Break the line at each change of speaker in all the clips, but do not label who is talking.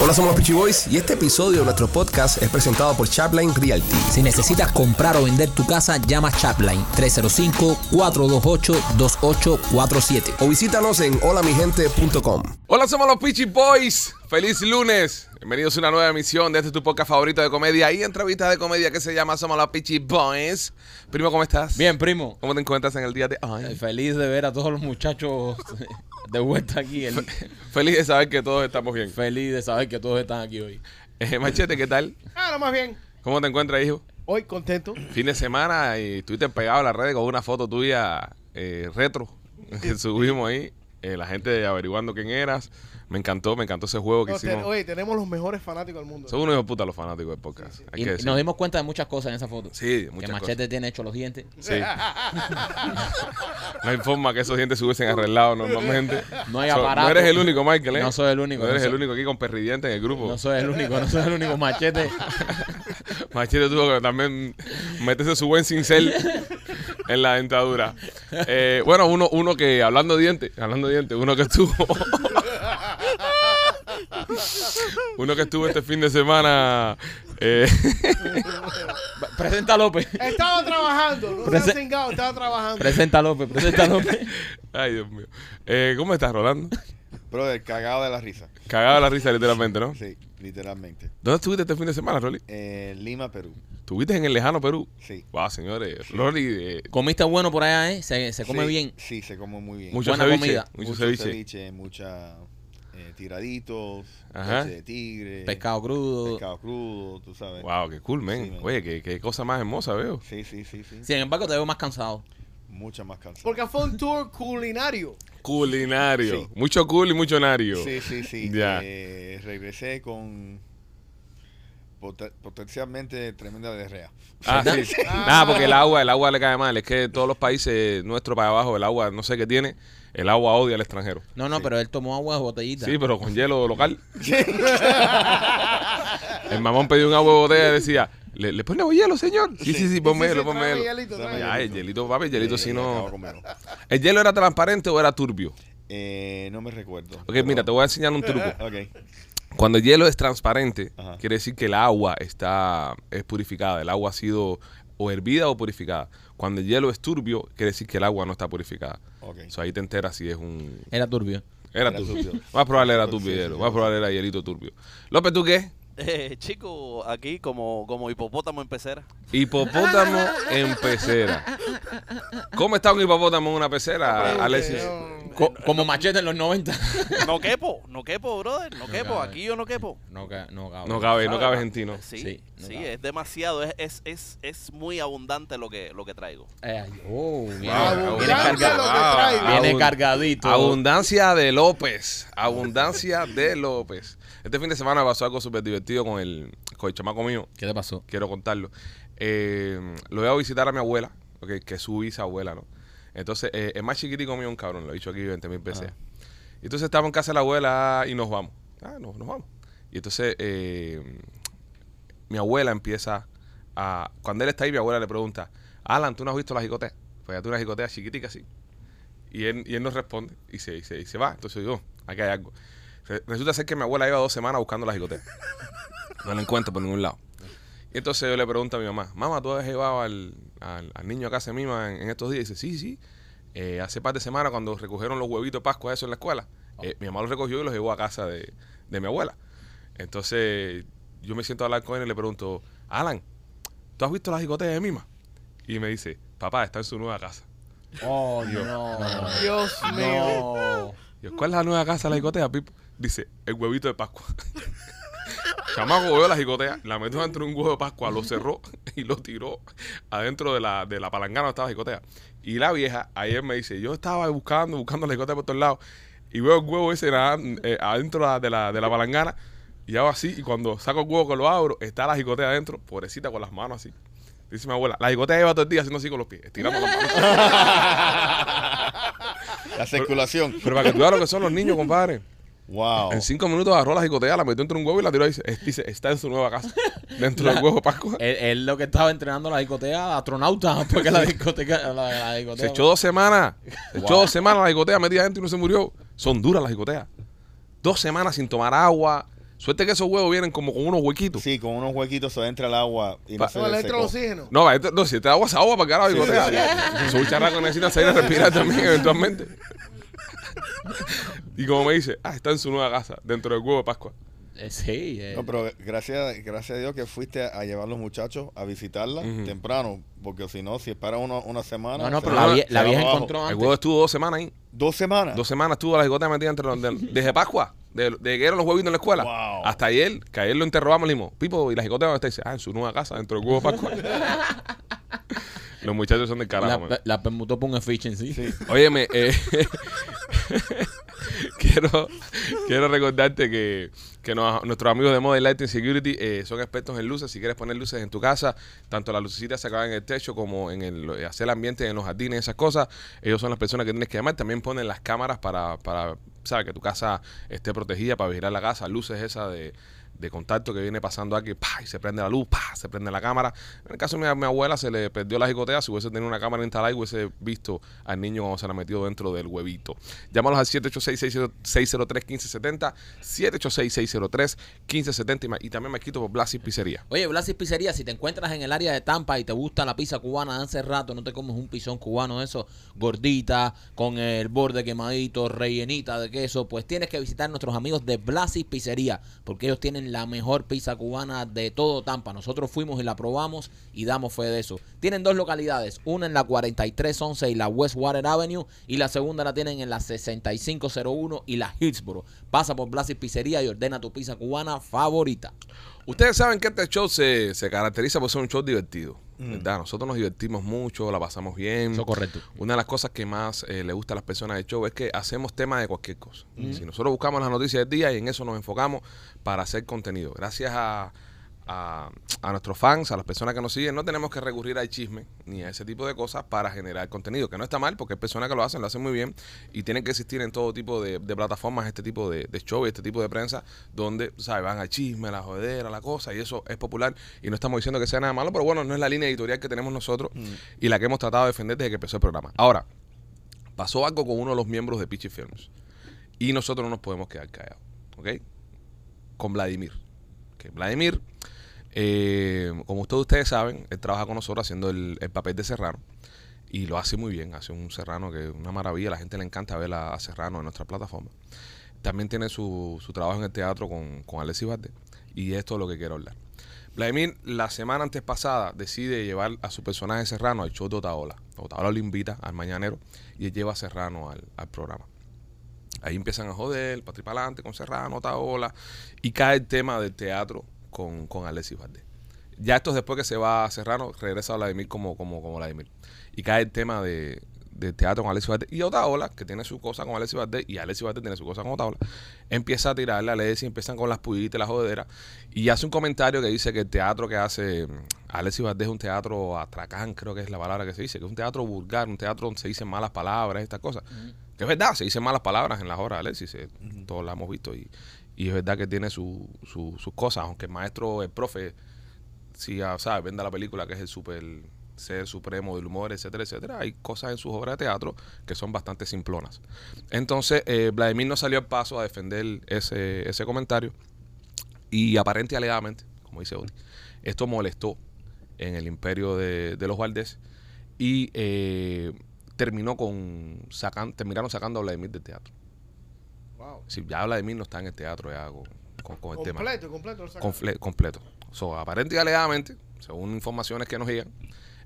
Hola, somos los Peachy Boys y este episodio de nuestro podcast es presentado por Chapline Realty.
Si necesitas comprar o vender tu casa, llama Chapline 305-428-2847.
O visítanos en holamigente.com.
Hola, somos los Peachy Boys. Feliz lunes. Bienvenidos a una nueva emisión de este tu podcast favorito de comedia y entrevistas de comedia que se llama Somos los Peachy Boys. Primo, ¿cómo estás?
Bien, primo.
¿Cómo te encuentras en el día de
Eh,
hoy?
Feliz de ver a todos los muchachos de vuelta aquí. el-
Feliz de saber que todos estamos bien.
feliz de saber que todos están aquí hoy.
Eh, machete, ¿qué tal?
Ah, no, más bien.
¿Cómo te encuentras, hijo?
Hoy contento.
Fin de semana y estuviste pegado a las redes con una foto tuya eh, retro que subimos ahí. Eh, la gente averiguando quién eras. Me encantó, me encantó ese juego que
No, te-
hicimos.
oye, tenemos los mejores fanáticos del mundo.
Son unos hijos de puta los fanáticos del podcast. Hay
Y
que decir.
nos dimos cuenta de muchas cosas en esa foto.
Sí,
que
muchas
Machete tiene hecho los dientes.
cosas. Sí. no hay forma que esos dientes hubiesen arreglados normalmente.
No hay
So,
aparato.
no eres el único, Michael. ¿eh?
No soy el único,
No eres
no
el
soy-
único aquí con perridientes en el grupo.
No soy el único, no soy el único Machete.
Machete tuvo que también meterse su buen cincel en la dentadura. Eh, bueno, uno, uno que, hablando de dientes, hablando de dientes, uno que estuvo. uno que estuvo este fin de semana. eh,
Presenta a López.
Estaba trabajando. No
Pero
se
ese-
cingado, estaba trabajando.
Presenta a López, presenta a López.
ay, Dios mío. Eh, ¿Cómo estás, Rolando?
Brother, cagado de la risa.
Cagado de la risa, literalmente, ¿no?
Sí, literalmente.
¿Dónde estuviste este fin de semana, Rolly?
Eh, Lima, Perú.
¿Estuviste en el lejano Perú?
Sí.
Wow, señores. Rolly, eh,
Comiste bueno por allá, ¿eh? Se, se come
Sí,
bien.
Sí, se come muy bien.
mucho
Buena
ceviche.
comida.
Mucho,
Mucho
ceviche.
mucha eh, tiraditos,
Ajá.
leche de tigre,
Pescado crudo.
pescado crudo, tú sabes.
Wow, qué cool, man.
Sí, man.
Oye, qué, qué cosa más hermosa veo.
Sí, sí, sí, sí.
Sin embargo, te veo más cansado.
Mucha más canción.
Porque fue un tour culinario.
Culinario.
Sí.
Mucho cool y mucho nario.
Sí, sí, sí.
Ya.
Eh, regresé con poten- potencialmente tremenda diarrea.
Ah, sí. Nada, porque el agua, el agua le cae mal. Es que todos los países nuestros para abajo, el agua, no sé qué tiene, el agua odia al extranjero.
No, no, pero él tomó agua de botellita.
Sí, pero con hielo local. el mamón pidió un agua de botella y decía, ¿le, le ponemos hielo, señor? Sí, sí, sí, ponme
Sí, sí,
hielo, ponme
tráeme
hielo.
hielito,
Dame
tráeme
Ya, el hielito, papi, el hielito
Eh,
si
acabo de
no...
comerlo.
¿El hielo era transparente o era turbio?
Eh, no me recuerdo.
Ok, mira, te voy a enseñar un truco.
Ok.
Cuando el hielo es transparente,
Ajá.
quiere decir que el agua está es purificada, el agua ha sido o hervida o purificada. Cuando el hielo es turbio, quiere decir que el agua no está purificada.
Ok.
So, ahí te enteras si es un
Era turbio.
era,
Era
turbio.
turbio.
Más probable era
Sí,
turbio
sí,
hielo,
sí,
más
sí.
probable era hielito turbio. López, ¿tú qué?
Eh, chico, aquí como, como hipopótamo en pecera.
Hipopótamo en pecera. ¿Cómo está un hipopótamo en una pecera, Ah, Alexis?
Este, No.
Co- como Machete en los 90.
No quepo, no quepo, brother, no quepo.
cabe.
Aquí yo no quepo. Ah,
No, ca- no, cabrón.
No cabe, no cabe en ti, ¿no?
Sí,
Sí,
sí,
no cabe.
es demasiado, es, es, es, es muy abundante lo que, lo que traigo.
Ay, oh, viene,
Wow.
viene
Abundante
carga-
lo que traigo.
viene
Abund-
cargadito.
Abundancia de López. Abundancia de López. Este fin de semana pasó algo súper divertido con el, con el chamaco mío.
¿Qué te pasó?
Quiero contarlo. Eh, lo voy a visitar a mi abuela, ok, que es su bisabuela, ¿no? Entonces, eh, es más chiquitico mío, un cabrón, lo he dicho aquí 20 mil veces. Entonces, estamos en casa de la abuela y nos vamos. Ah, no, nos vamos. Y entonces, eh, mi abuela empieza a. Cuando él está ahí, mi abuela le pregunta: Alan, ¿tú no has visto la jicotea? Pues ya tú una jicotea chiquitica así. Y él, y él no responde y se, y se, y se va. Entonces yo, "Oh, aquí hay algo. Re- Resulta ser que mi abuela lleva dos semanas buscando la jicotea. No la encuentro por ningún lado. Y entonces yo le pregunto a mi mamá, mamá, ¿tú has llevado al, al- al niño a casa de mi mamá en, en estos días? Y dice, sí, sí. Eh, hace par de semanas cuando recogieron los huevitos de Pascua eso en la escuela, eh, mi mamá los recogió y los llevó a casa de, de mi abuela. Entonces yo me siento a hablar con él y le pregunto, Alan, ¿tú has visto la jicotea de Mima? Y me dice, papá, está en su nueva casa.
Oh, no.
Dios mío.
No.
Yo, ¿cuál es la nueva casa de la jicotea, Pipo? Dice, el huevito de Pascua. Chamaco veo la jicotea, la metió dentro de un huevo de Pascua, lo cerró y lo tiró adentro de la, de la palangana donde estaba la jicotea. Y la vieja ayer me dice, yo estaba buscando, buscando la jicotea por todos lados y veo el huevo ese nadando, eh, adentro de la- de la, de la palangana y hago así y cuando saco el huevo que lo abro, está la jicotea adentro, pobrecita con las manos así. Dice mi abuela, la jicotea lleva todo el día haciendo así con los pies, estirando las manos.
La circulación.
Pero para que tú veas lo que son los niños, compadre.
Wow.
En cinco minutos agarró la jicotea, la metió dentro de un huevo y la tiró y dice, es- dice, está en su nueva casa. Dentro del huevo Pascua.
Él, él lo que estaba entrenando la discoteca, astronauta, porque la discoteca, la, la
Se
discoteca.
echó dos semanas. Se echó dos semanas la jicotea, metida gente y no se murió. Son duras las jicoteas. Dos semanas sin tomar agua, Suerte que esos huevos vienen como con unos huequitos.
Sí, con unos huequitos se entra el agua y
Pa-
no se
Con
le
electro
secó.
oxígeno.
No, esto- no, si te agua se agua para que ahora
Sí,
bigotea. Su charraco necesita salir a respirar también eventualmente. y como me dice, ah, está en su nueva casa, dentro del huevo de Pascua.
Eh, sí, eh.
No, pero gracias, gracias a Dios que fuiste a, a llevar a los muchachos a visitarla
Ujú.
temprano, porque si no, si espera uno- una semana.
no, no,
se
pero
va-
la, vie-
se
la
va
vieja
para abajo.
encontró
El
antes.
huevo estuvo dos semanas ahí.
Dos semanas.
Dos semanas estuvo las bigotas metidas entre los dedos. Desde Pascua, de, de que eran los huevitos en la escuela,
Wow.
hasta ayer, que ayer lo interrogamos, le dimos, Pipo, ¿y las bigotas dónde está? Y dice, ah, en su nueva casa, dentro del huevo de Pascua. los muchachos son del
la,
carajo, man.
la, permutó por un efficiency.
Sí.
Óyeme, eh, quiero, quiero recordarte que, que nos- nuestros amigos de Model Lighting Security eh, son expertos en luces. Si quieres poner luces en tu casa, tanto las lucecitas sacadas en el techo como en el eh, hacer el ambiente en los jardines, esas cosas, ellos son las personas que tienes que llamar. También ponen las cámaras para, para ¿sabes? que tu casa esté protegida, para vigilar la casa, luces esas de de contacto que viene pasando aquí, ¡pah! y se prende la luz, ¡pah! se prende la cámara. En el caso de mi, mi abuela se le perdió la jicotea, si hubiese tenido una cámara instalada y hubiese visto al niño cuando se la metió dentro del huevito. Llámalos al 786-603-1570, 786-603-1570 y ma- y, también me quito por Blas y Pizzería.
Oye, Blasis Pizzería, si te encuentras en el área de Tampa y te gusta la pizza cubana de hace rato, no te comes un pisón cubano de eso, gordita, con el borde quemadito, rellenita de queso, pues tienes que visitar nuestros amigos de Blasis Pizzería, porque ellos tienen la mejor pizza cubana de todo Tampa. Nosotros fuimos y la probamos y damos fe de eso. Tienen dos localidades, una en la 4311 y la Westwater Avenue, y la segunda la tienen en la 6501 y la Hillsboro. Pasa por Blasis Pizzería y ordena tu pizza cubana favorita.
Ustedes saben que este show se, se caracteriza por ser un show divertido, ¿verdad? Nosotros nos divertimos mucho, la pasamos bien.
Mm. Eso es correcto.
Una de las cosas que más eh, le gusta a las personas del show es que hacemos temas de cualquier cosa.
Mm.
Si nosotros buscamos las noticias del día y en eso nos enfocamos para hacer contenido. Gracias a, a- a nuestros fans, a las personas que nos siguen, no tenemos que recurrir al chisme ni a ese tipo de cosas para generar contenido, que no está mal porque hay personas que lo hacen, lo hacen muy bien y tienen que existir en todo tipo de, de plataformas este tipo de, de show y este tipo de prensa donde, ¿sabes? Van al chisme, a la jodera, a la cosa y eso es popular y no estamos diciendo que sea nada malo, pero bueno, no es la línea editorial que tenemos nosotros y la que hemos tratado de defender desde que empezó el programa. Ahora, pasó algo con uno de los miembros de Pichi Films y nosotros no nos podemos quedar callados, ¿ok? Con Vladimir. Que Vladimir, eh, como todos ustedes saben, él trabaja con nosotros haciendo el, el papel de Serrano y lo hace muy bien, hace un Serrano que es una maravilla, la gente le encanta ver a, a Serrano en nuestra plataforma. También tiene su, su trabajo en el teatro con, con Alexis Valdés y de esto es lo que quiero hablar. Vladimir, la semana antes pasada, decide llevar a su personaje Serrano al show de Otaola. Otaola lo invita al mañanero y él lleva a Serrano al, al programa. Ahí empiezan a joder, para para adelante con Serrano, Otaola, y cae el tema del teatro con, con Alexis Valdés. Ya esto es después que se va Serrano, regresa Vladimir como, como, como Vladimir. Y cae el tema de, de teatro con Alexis Valdés. Y Otaola, que tiene su cosa con Alexis Valdés, y Alexis Valdés tiene su cosa con Otaola, empieza a tirarle a Alexis, empiezan con las pullitas, las jodederas. Y hace un comentario que dice que el teatro que hace mm, Alexis Valdés es un teatro atracán, creo que es la palabra que se dice, que es un teatro vulgar, un teatro donde se dicen malas palabras, estas cosas. Que es verdad, se dicen malas palabras en las horas, Alexis, eh, todos las hemos visto. Y, y es verdad que tiene su- su- sus cosas, aunque el maestro, el profe, si ya sabes, venda la película que es el super ser supremo del humor, etcétera, etcétera. Hay cosas en sus obras de teatro que son bastante simplonas. Entonces, eh, Vladimir no salió al paso a defender ese, ese comentario y aparente y alegadamente, como dice Oti, esto molestó en el imperio de, de los Valdés y eh, terminó con sacan, terminaron sacando a Vladimir del teatro.
Wow.
Si ya Vladimir no está en el teatro ya con, con- con el tema.
Completo, completo. lo saca.
Confle- completo. So, aparente y alegadamente, según informaciones que nos llegan,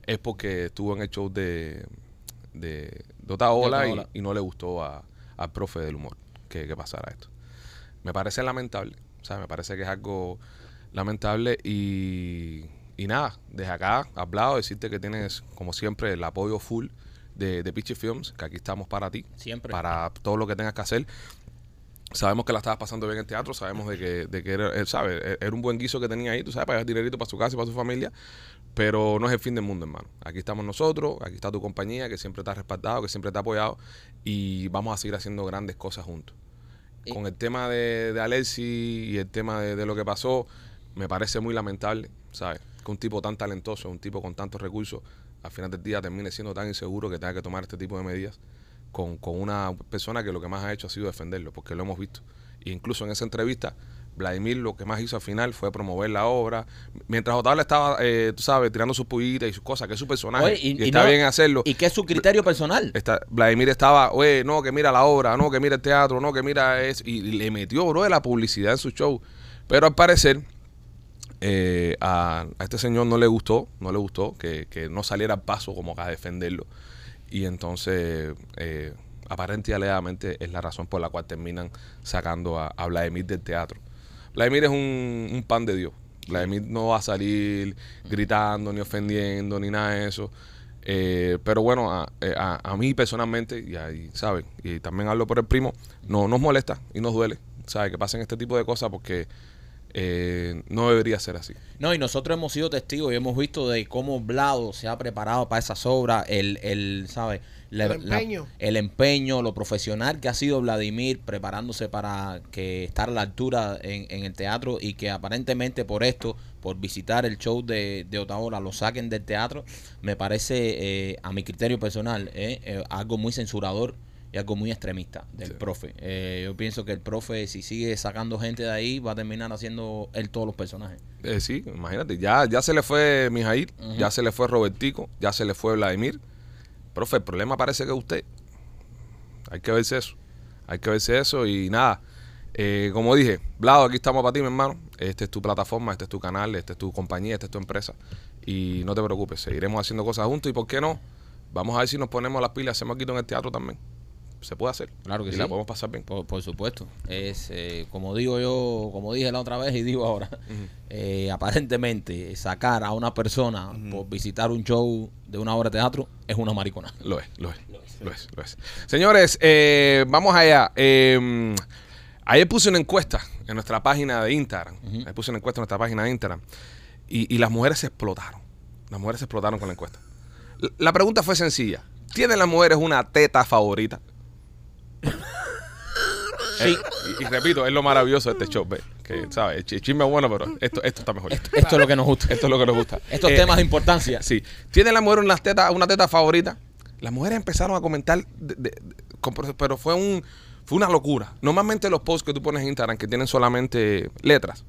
es porque estuvo en el show de, de, de Otaola
De
y,
Otaola.
y no le gustó a- al profe del humor que, que pasara esto. Me parece lamentable, o sea, me parece que es algo lamentable y, y nada, desde acá, hablado, decirte que tienes, como siempre, el apoyo full de, de Pichi Films, que aquí estamos para ti,
Siempre.
para todo lo que tengas que hacer. Sabemos que la estabas pasando bien en teatro, sabemos de que, de que era, él sabe, era un buen guiso que tenía ahí, tú sabes, para llevar dinerito para su casa y para su familia, pero no es el fin del mundo, hermano. Aquí estamos nosotros, aquí está tu compañía, que siempre te ha respaldado, que siempre te ha apoyado, y vamos a seguir haciendo grandes cosas juntos.
Y-
Con el tema de, de Alexi y el tema de, de lo que pasó, me parece muy lamentable, ¿sabes? Que un tipo tan talentoso, un tipo con tantos recursos, al final del día termine siendo tan inseguro que tenga que tomar este tipo de medidas con, con una persona que lo que más ha hecho ha sido defenderlo, porque lo hemos visto. E incluso en esa entrevista, Vladimir lo que más hizo al final fue promover la obra. Mientras Otavio estaba, eh, tú sabes, tirando sus pullitas y sus cosas, que es su personaje.
Oye,
y, está
no-
bien hacerlo.
¿Y qué es su criterio personal?
Está- Vladimir estaba, oye, no, que mira la obra, no, que mira el teatro, no, que mira eso. Y le metió, bro, de la publicidad en su show. Pero al parecer, eh, a, a este señor no le gustó, no le gustó que, que no saliera al paso como a defenderlo. Y entonces, eh, aparente y alegadamente, es la razón por la cual terminan sacando a, a Vladimir del teatro. Vladimir es un, un pan de Dios. Vladimir no va a salir gritando, ni ofendiendo, ni nada de eso. Eh, pero bueno, a, eh, a- a mí personalmente, y ahí, ¿sabes? Y también hablo por el primo, no nos molesta y nos duele, ¿sabes? Que pasen este tipo de cosas porque eh, no debería ser así.
No, y nosotros hemos sido testigos y hemos visto de cómo Blado se ha preparado para esas obras, el, el ¿sabe? La-
El
la-
empeño.
el empeño, lo profesional que ha sido Vladimir preparándose para que estar a la altura en, en el teatro y que aparentemente por esto, por visitar el show de, de Otaola, lo saquen del teatro, me parece, eh, a mi criterio personal, eh, eh, algo muy censurador y algo muy extremista del profe. Eh, yo pienso que el profe, si sigue sacando gente de ahí, va a terminar haciendo él todos los personajes.
Eh, sí, imagínate, ya, ya se le fue Mijail, ya se le fue Robertico, ya se le fue Vladimir. Profe, el problema parece que es usted. Hay que verse eso. Hay que verse eso y nada. eh, como dije, Vlado, aquí estamos para ti, mi hermano. Esta es tu plataforma, este es tu canal, esta es tu compañía, esta es tu empresa. Y no te preocupes, seguiremos haciendo cosas juntos y por qué no, vamos a ver si nos ponemos las pilas, hacemos aquí en el teatro también. Se puede hacer.
Claro que
y
sí.
la podemos pasar bien.
Por, por supuesto. Es eh, como digo yo, como dije la otra vez y digo ahora, eh, aparentemente sacar a una persona por visitar un show de una obra de teatro es una maricona.
Lo es, lo es, lo es, lo es. Señores, eh, vamos allá. Eh, ayer puse una encuesta en nuestra página de Instagram. Ayer puse una encuesta en nuestra página de Instagram. Y, y las mujeres se explotaron. Las mujeres se explotaron con la encuesta. L- La pregunta fue sencilla. ¿Tienen las mujeres una teta favorita? Eh,
Sí.
Y, y repito, es lo maravilloso de este show, ve, Que, ¿sabes? El chi- el chisme es bueno, pero esto, esto está mejor. Esto,
Esto es lo que nos gusta.
es lo que nos gusta.
Estos
Eh,
temas de importancia.
Sí. ¿Tiene la mujer una teta, una teta favorita? Las mujeres empezaron a comentar, de- de- con- pero fue un fue una locura. Normalmente los posts que tú pones en Instagram que tienen solamente letras,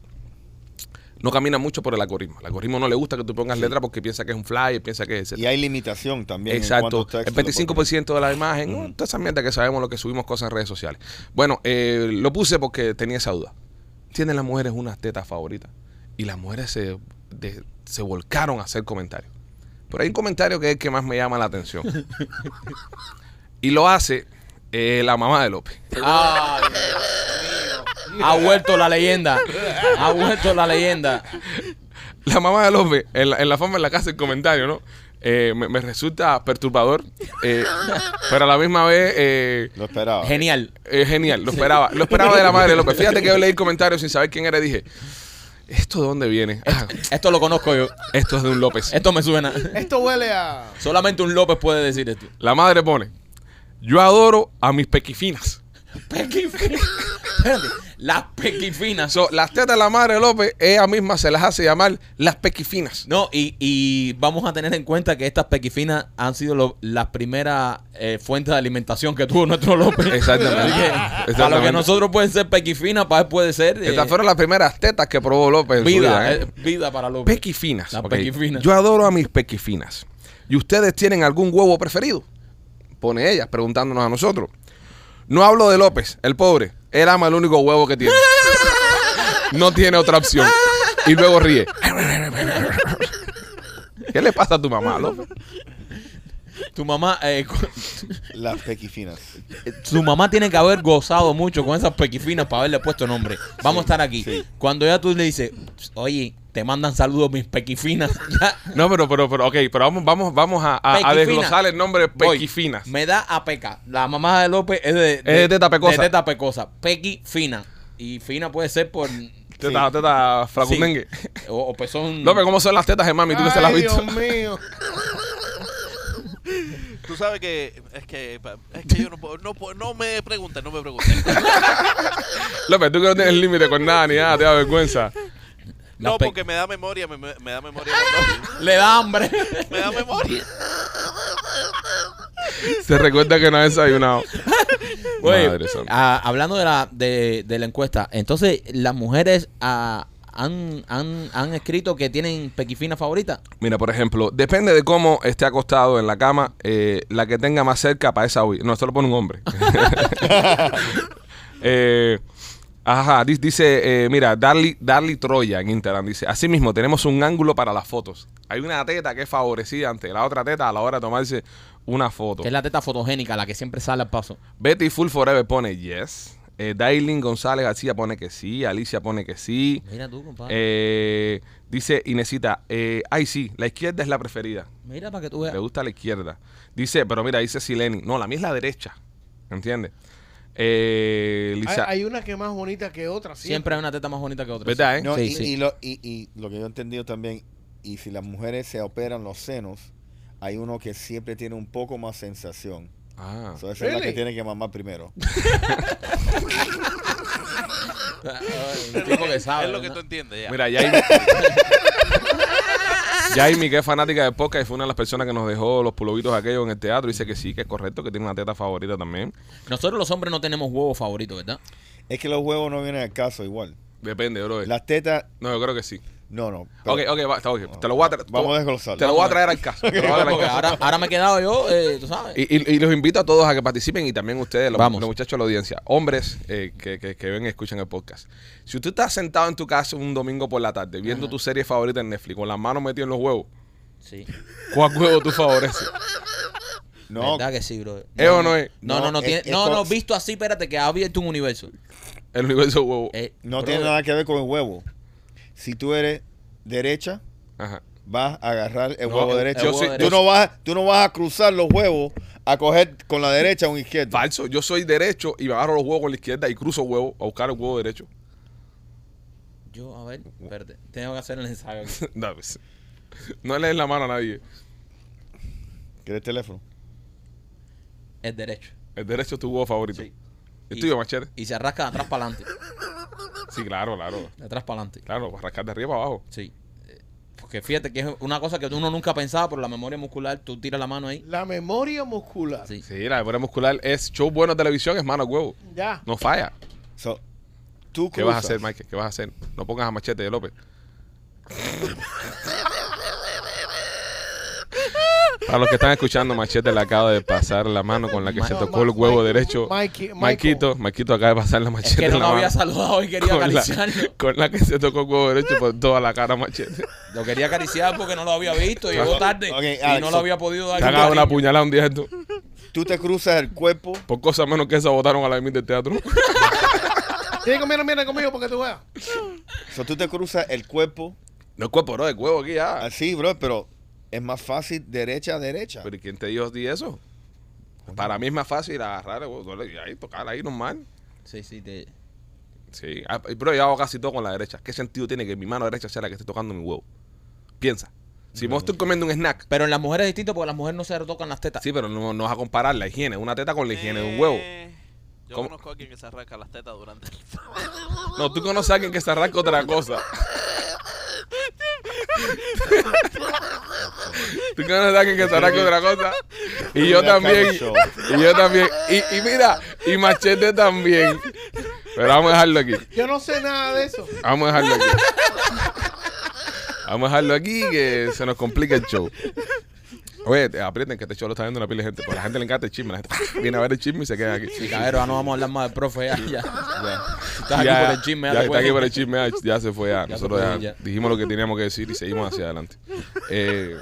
no caminan mucho por el algoritmo. El algoritmo no le gusta que tú pongas letras porque piensa que es un flyer, piensa que es...
Y hay limitación también. en
Exacto.
cuántos
El
textos le pones.
25% de la imagen, ¿no? toda esa mierda que sabemos lo que subimos cosas en redes sociales. Bueno, eh, lo puse porque tenía esa duda. ¿Tienen las mujeres unas tetas favoritas? Y las mujeres se, de- se volcaron a hacer comentarios. Pero hay un comentario que es el que más me llama la atención. y lo hace eh, la mamá de López.
Ay, ha vuelto la leyenda. Ha vuelto la leyenda.
La mamá de López, en la, en la forma en la que hace el comentario, ¿no? Eh, me, me resulta perturbador, eh, pero a la misma vez... eh,
Lo esperaba.
Genial.
Eh, genial, lo esperaba. Lo esperaba de la madre López. Fíjate que yo leí el comentario sin saber quién era y dije, ¿esto de dónde viene? Ah,
Esto lo conozco yo.
esto es de un López.
Esto me suena.
Esto huele a.
Solamente un López puede decir esto.
La madre pone, yo adoro a mis pequifinas.
Pequifinas. Espérate. Las pequifinas.
So, las tetas de la madre López, ella misma se las hace llamar las pequifinas.
No, y, y vamos a tener en cuenta que estas pequifinas han sido lo- las primeras eh, fuentes de alimentación que tuvo nuestro López.
Exactamente.
Así que,
Exactamente.
Para lo que nosotros pueden ser pequifinas, para él puede ser eh,
Estas fueron las primeras tetas que probó López. en su vida,
vida,
¿eh?
eh, vida para López.
Pequifinas.
Las
ok.
pequifinas.
Yo adoro a mis pequifinas. ¿Y ustedes tienen algún huevo preferido? Pone ella, preguntándonos a nosotros. No hablo de López, el pobre. Él ama el único huevo que tiene. No tiene otra opción. Y luego ríe. ¿Qué le pasa a tu mamá, López?
Tu mamá, eh, cu-
Las pequifinas.
su mamá tiene que haber gozado mucho con esas pequifinas para haberle puesto nombre. Vamos a estar aquí. Cuando ya tú le dices, oye, te mandan saludos mis pequifinas. ya,
No, pero, pero, pero, ok, pero vamos, vamos, vamos a, a- a
Pequifinas.
desglosar el nombre de
Voy.
pequifinas.
Me da a peca. La mamá de López es de,
de teta pecosa.
de teta pecosa. Pequi fina. Y fina puede ser por.
Teta, teta, flacundengue.
Sí. O, o pezón.
López, ¿cómo son las tetas de mami? Tú que se las has
Ay,
visto.
Dios mío.
Tú sabes que es que, es que yo no puedo, no, puedo- no me preguntes, no me preguntes.
López, tú que no tienes límite con nada ni nada, te da vergüenza.
La
No,
pe-
porque me da memoria, me, me- me da memoria. no,
Le da hambre.
me da memoria.
Se recuerda que no ha desayunado.
Oye,
Madre santa.
ah, hablando de la, de, de la encuesta, entonces las mujeres ah, han, han, han escrito que tienen pequifina favorita.
Mira, por ejemplo, depende de cómo esté acostado en la cama, eh, la que tenga más cerca para esa hoy. No, esto lo pone un hombre. Eh, ajá, di- dice, eh, mira, Darly, Darly Troya en Instagram dice, así mismo tenemos un ángulo para las fotos. Hay una teta que es favorecida ante la otra teta a la hora de tomarse una foto.
Que es la teta fotogénica, la que siempre sale al paso.
Betty Full Forever pone yes. Eh, Dailin González García pone que sí. Alicia pone que sí.
Mira tú, compadre.
Eh, dice Inesita, eh, ay sí, la izquierda es la preferida.
Mira para que tú veas.
Le gusta la izquierda. Dice, pero mira, dice Sileni. No, la mía es la derecha. ¿Entiendes? Eh,
Hay,
Lisa-
hay una que es más bonita que otra.
Siempre hay una teta más bonita que otra.
¿Verdad, eh?
No,
Sí,
y,
sí.
y lo, y, y lo que yo he entendido también, y si las mujeres se operan los senos, hay uno que siempre tiene un poco más sensación.
Ah.
So, esa es la que
Really?
tiene que mamar primero.
Ay, un tipo que sabe.
es lo que
¿no?
tú entiendes ya.
Mira, Yaimi. Yaimi, que es fanática de podcast, y fue una de las personas que nos dejó los pulovitos aquellos en el teatro. Dice que sí, que es correcto, que tiene una teta favorita también.
Nosotros los hombres no tenemos huevo favorito, ¿verdad?
Es que los huevos no vienen al caso igual.
Depende, bro.
Las tetas,
No, yo creo que sí.
no, no. pero-
Ok, ok, va, está ok. Te lo voy a traer.
Vamos a desglosarlo.
Te lo voy a traer al caso. Te lo voy a traer al
Porque
caso.
ahora, ahora me he quedado yo, eh, tú sabes.
Y, y- y los invito a todos a que participen y también ustedes, los,
Vamos.
los muchachos de la audiencia, hombres eh, que, que- que ven y escuchan el podcast. Si usted está sentado en tu casa un domingo por la tarde viendo tu serie favorita en Netflix con las manos metidas en los huevos,
Sí.
¿cuál huevo tú favoreces?
No,
¿Verdad que sí, bro?
¿Es o no es?
No, no, no.
No,
tiene-
es- es
no, no,
por-
visto así, espérate, que ha abierto un universo.
El universo de huevo.
Eh,
no
bro,
tiene nada que ver con el huevo. Si tú eres derecha,
Ajá.
vas a agarrar el
No,
huevo
el-
derecho.
yo
tú,
soy-
yo
no vas, tú no vas a cruzar los huevos a coger con la derecha o un izquierdo.
Falso, yo soy derecho y me agarro los huevos con la izquierda y cruzo huevo a buscar el huevo derecho.
Yo, a ver, espérate. Tengo que hacer el ensayo. aquí.
no, pues, no le den la mano a nadie.
¿Quieres el teléfono?
Es derecho.
El derecho es tu huevo favorito.
Sí.
¿El
Y-
tuyo, machete?
Y se arrasca de atrás para adelante.
Sí, claro, claro.
De atrás para adelante.
Claro, para rascar de arriba para abajo.
Sí. Eh, Porque fíjate que es una cosa que uno nunca pensaba, pero la memoria muscular, tú tiras la mano ahí.
La memoria muscular.
Sí.
Sí, la memoria muscular es show bueno de televisión, es mano a huevo.
Ya.
No falla.
So, tú
¿Qué vas a
cruzas.
hacer, Mike? ¿Qué vas a hacer? No pongas a Machete de López. Para los que están escuchando, Machete le acaba de pasar la mano con la que se
No,
tocó
Ma-
el huevo
Mike-
derecho.
Mikey- Michael.
Maquito, Maquito acaba de pasar la
Es
machete
que
en
no
la
lo había
mano
saludado y quería
con la,
acariciarlo.
con la que se tocó el huevo derecho por toda la cara, Machete.
Lo quería acariciar porque no lo había visto. Llegó tarde
Ok,
y
Alex,
no
so-
lo había podido dar.
Te han dado
un
una
cariño.
puñalada un día esto.
Tú te cruzas el cuerpo.
Por cosas menos que esa votaron a la mitad del teatro.
Tienes que comer, mira conmigo porque tú veas.
So, tú te cruzas el cuerpo
No es cuerpo, no, es huevo aquí ya.
así, bro, pero es más fácil derecha a derecha.
Pero ¿y quién te dijo a ti eso? Para mí es más fácil agarrar el huevo y ahí tocar ahí normal.
Sí, sí, te...
Sí, ah, pero yo hago casi todo con la derecha. ¿Qué sentido tiene que mi mano derecha sea la que esté tocando mi huevo? Piensa. Si vos estoy comiendo un snack,
Pero en las mujeres es distinto porque las mujeres no se retocan las tetas.
sí, pero no, no vas a comparar la higiene, una teta con la higiene de un huevo.
Eh, Yo
¿Cómo?
conozco a alguien que se arranca las tetas durante el
No, tú conoces a alguien que se arranca otra cosa. tú conoces a alguien que se arranca otra cosa. Y yo
Mira,
también.
Carlos Show.
Y yo también. Y, y mira, y Machete también. Pero vamos a dejarlo aquí.
Yo no sé nada de eso.
Vamos a dejarlo aquí. Vamos a dejarlo aquí que se nos complica el show. Oye, te- aprieten que este show lo está viendo una pila de gente. Porque a la gente le encanta el chisme. La gente viene a ver el chisme y se queda aquí.
Sí, cabrero, ya no vamos a hablar más del profe. Ya, ya. Si estás
Ya,
aquí por el chisme,
ya,
pues. ya,
está
te
aquí
puedes-
por el chisme, ya, ya se fue. Ya.
te
Nosotros
puedes
ya
ir, ya.
dijimos lo que teníamos que decir y seguimos hacia adelante. Eh,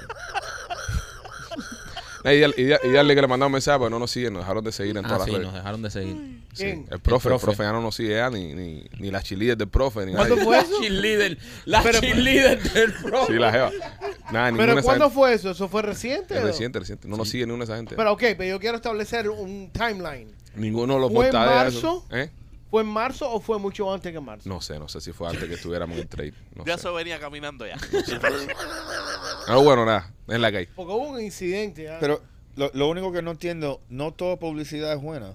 y, dale- y dale- y dale que le mandamos un mensaje, pero no nos siguen, nos dejaron de seguir en
Ah,
todas
sí,
las
nos
redes.
dejaron de seguir.
Sí,
¿Quién?
el, profe, el
profe.
profe ya no nos sigue ya, ni, ni, ni las chilíes del profe, ni
¿Cuándo
nadie.
fue eso?
Cheerleader, la
Pero-
cheerleader del profe.
Sí, la jeva. Nada, ninguna de
Pero
esas
¿cuándo
gente-
fue eso? ¿Eso fue reciente?
Es
o?
reciente, reciente. No nos sigue ninguna de esa gente.
Pero ok, pero yo quiero establecer un timeline.
Ninguno de los
¿Fue en
mortales. eso-
marzo?
¿Eh?
¿Fue en marzo o fue mucho antes que en marzo?
No sé, no sé si fue antes que estuviéramos en el trade. No
Ya
sé.
eso venía caminando ya.
Pero bueno, nada. Es la que hay.
Porque hubo un incidente. ¿ah?
Pero lo, lo único que no entiendo, no toda publicidad es buena.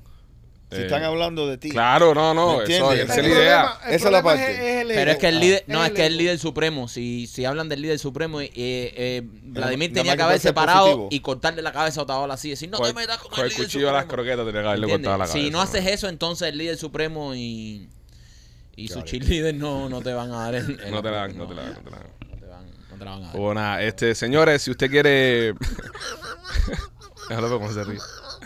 Si
Eh,
están hablando de ti.
Claro, no,
¿Me
no, eso,
entiendes?
esa es la
El
idea.
problema-
Esa es la
problema
parte.
el
Pero es que el
ego.
líder,
Ah,
no, es que el
ego.
líder supremo, si, si hablan del líder supremo, eh, eh, Vladimir
nada
tenía
más
que
que
haber
puede ser
separado
positivo.
y cortarle la cabeza a Otaola así, decir, no
Con
te
el-
metas con,
con
el
el
líder
cuchillo de las
supremo.
croquetas tenía que haberle
¿Entiendes?
cortado la cabeza.
Si no haces eso, entonces el líder supremo y, y sus cheerleaders no, no te van a dar el, el
No te la dan,
apoyo,
no te la dan, no te la dan.
no te van- no te la van a dar.
Bueno, nada, este, señores, si usted quiere. Deja López cómo se ríe.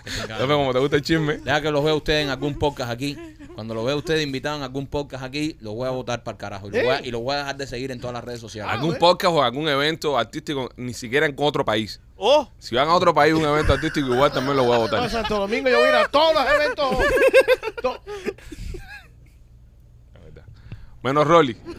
Este
López, como te gusta el chisme.
Deja que los vea usted en algún podcast aquí. Cuando los vea usted invitado en algún podcast aquí, los voy a votar para el carajo. Y los, voy a, y los voy a dejar de seguir en todas las redes sociales.
Algún podcast o algún evento artístico, ni siquiera en otro país.
¡Oh!
Si van a otro país, un evento artístico, igual también lo voy a
Para
votar.
Santo Domingo yo voy a ir a todos los eventos. To-
Menos Rolly.
¿Cómo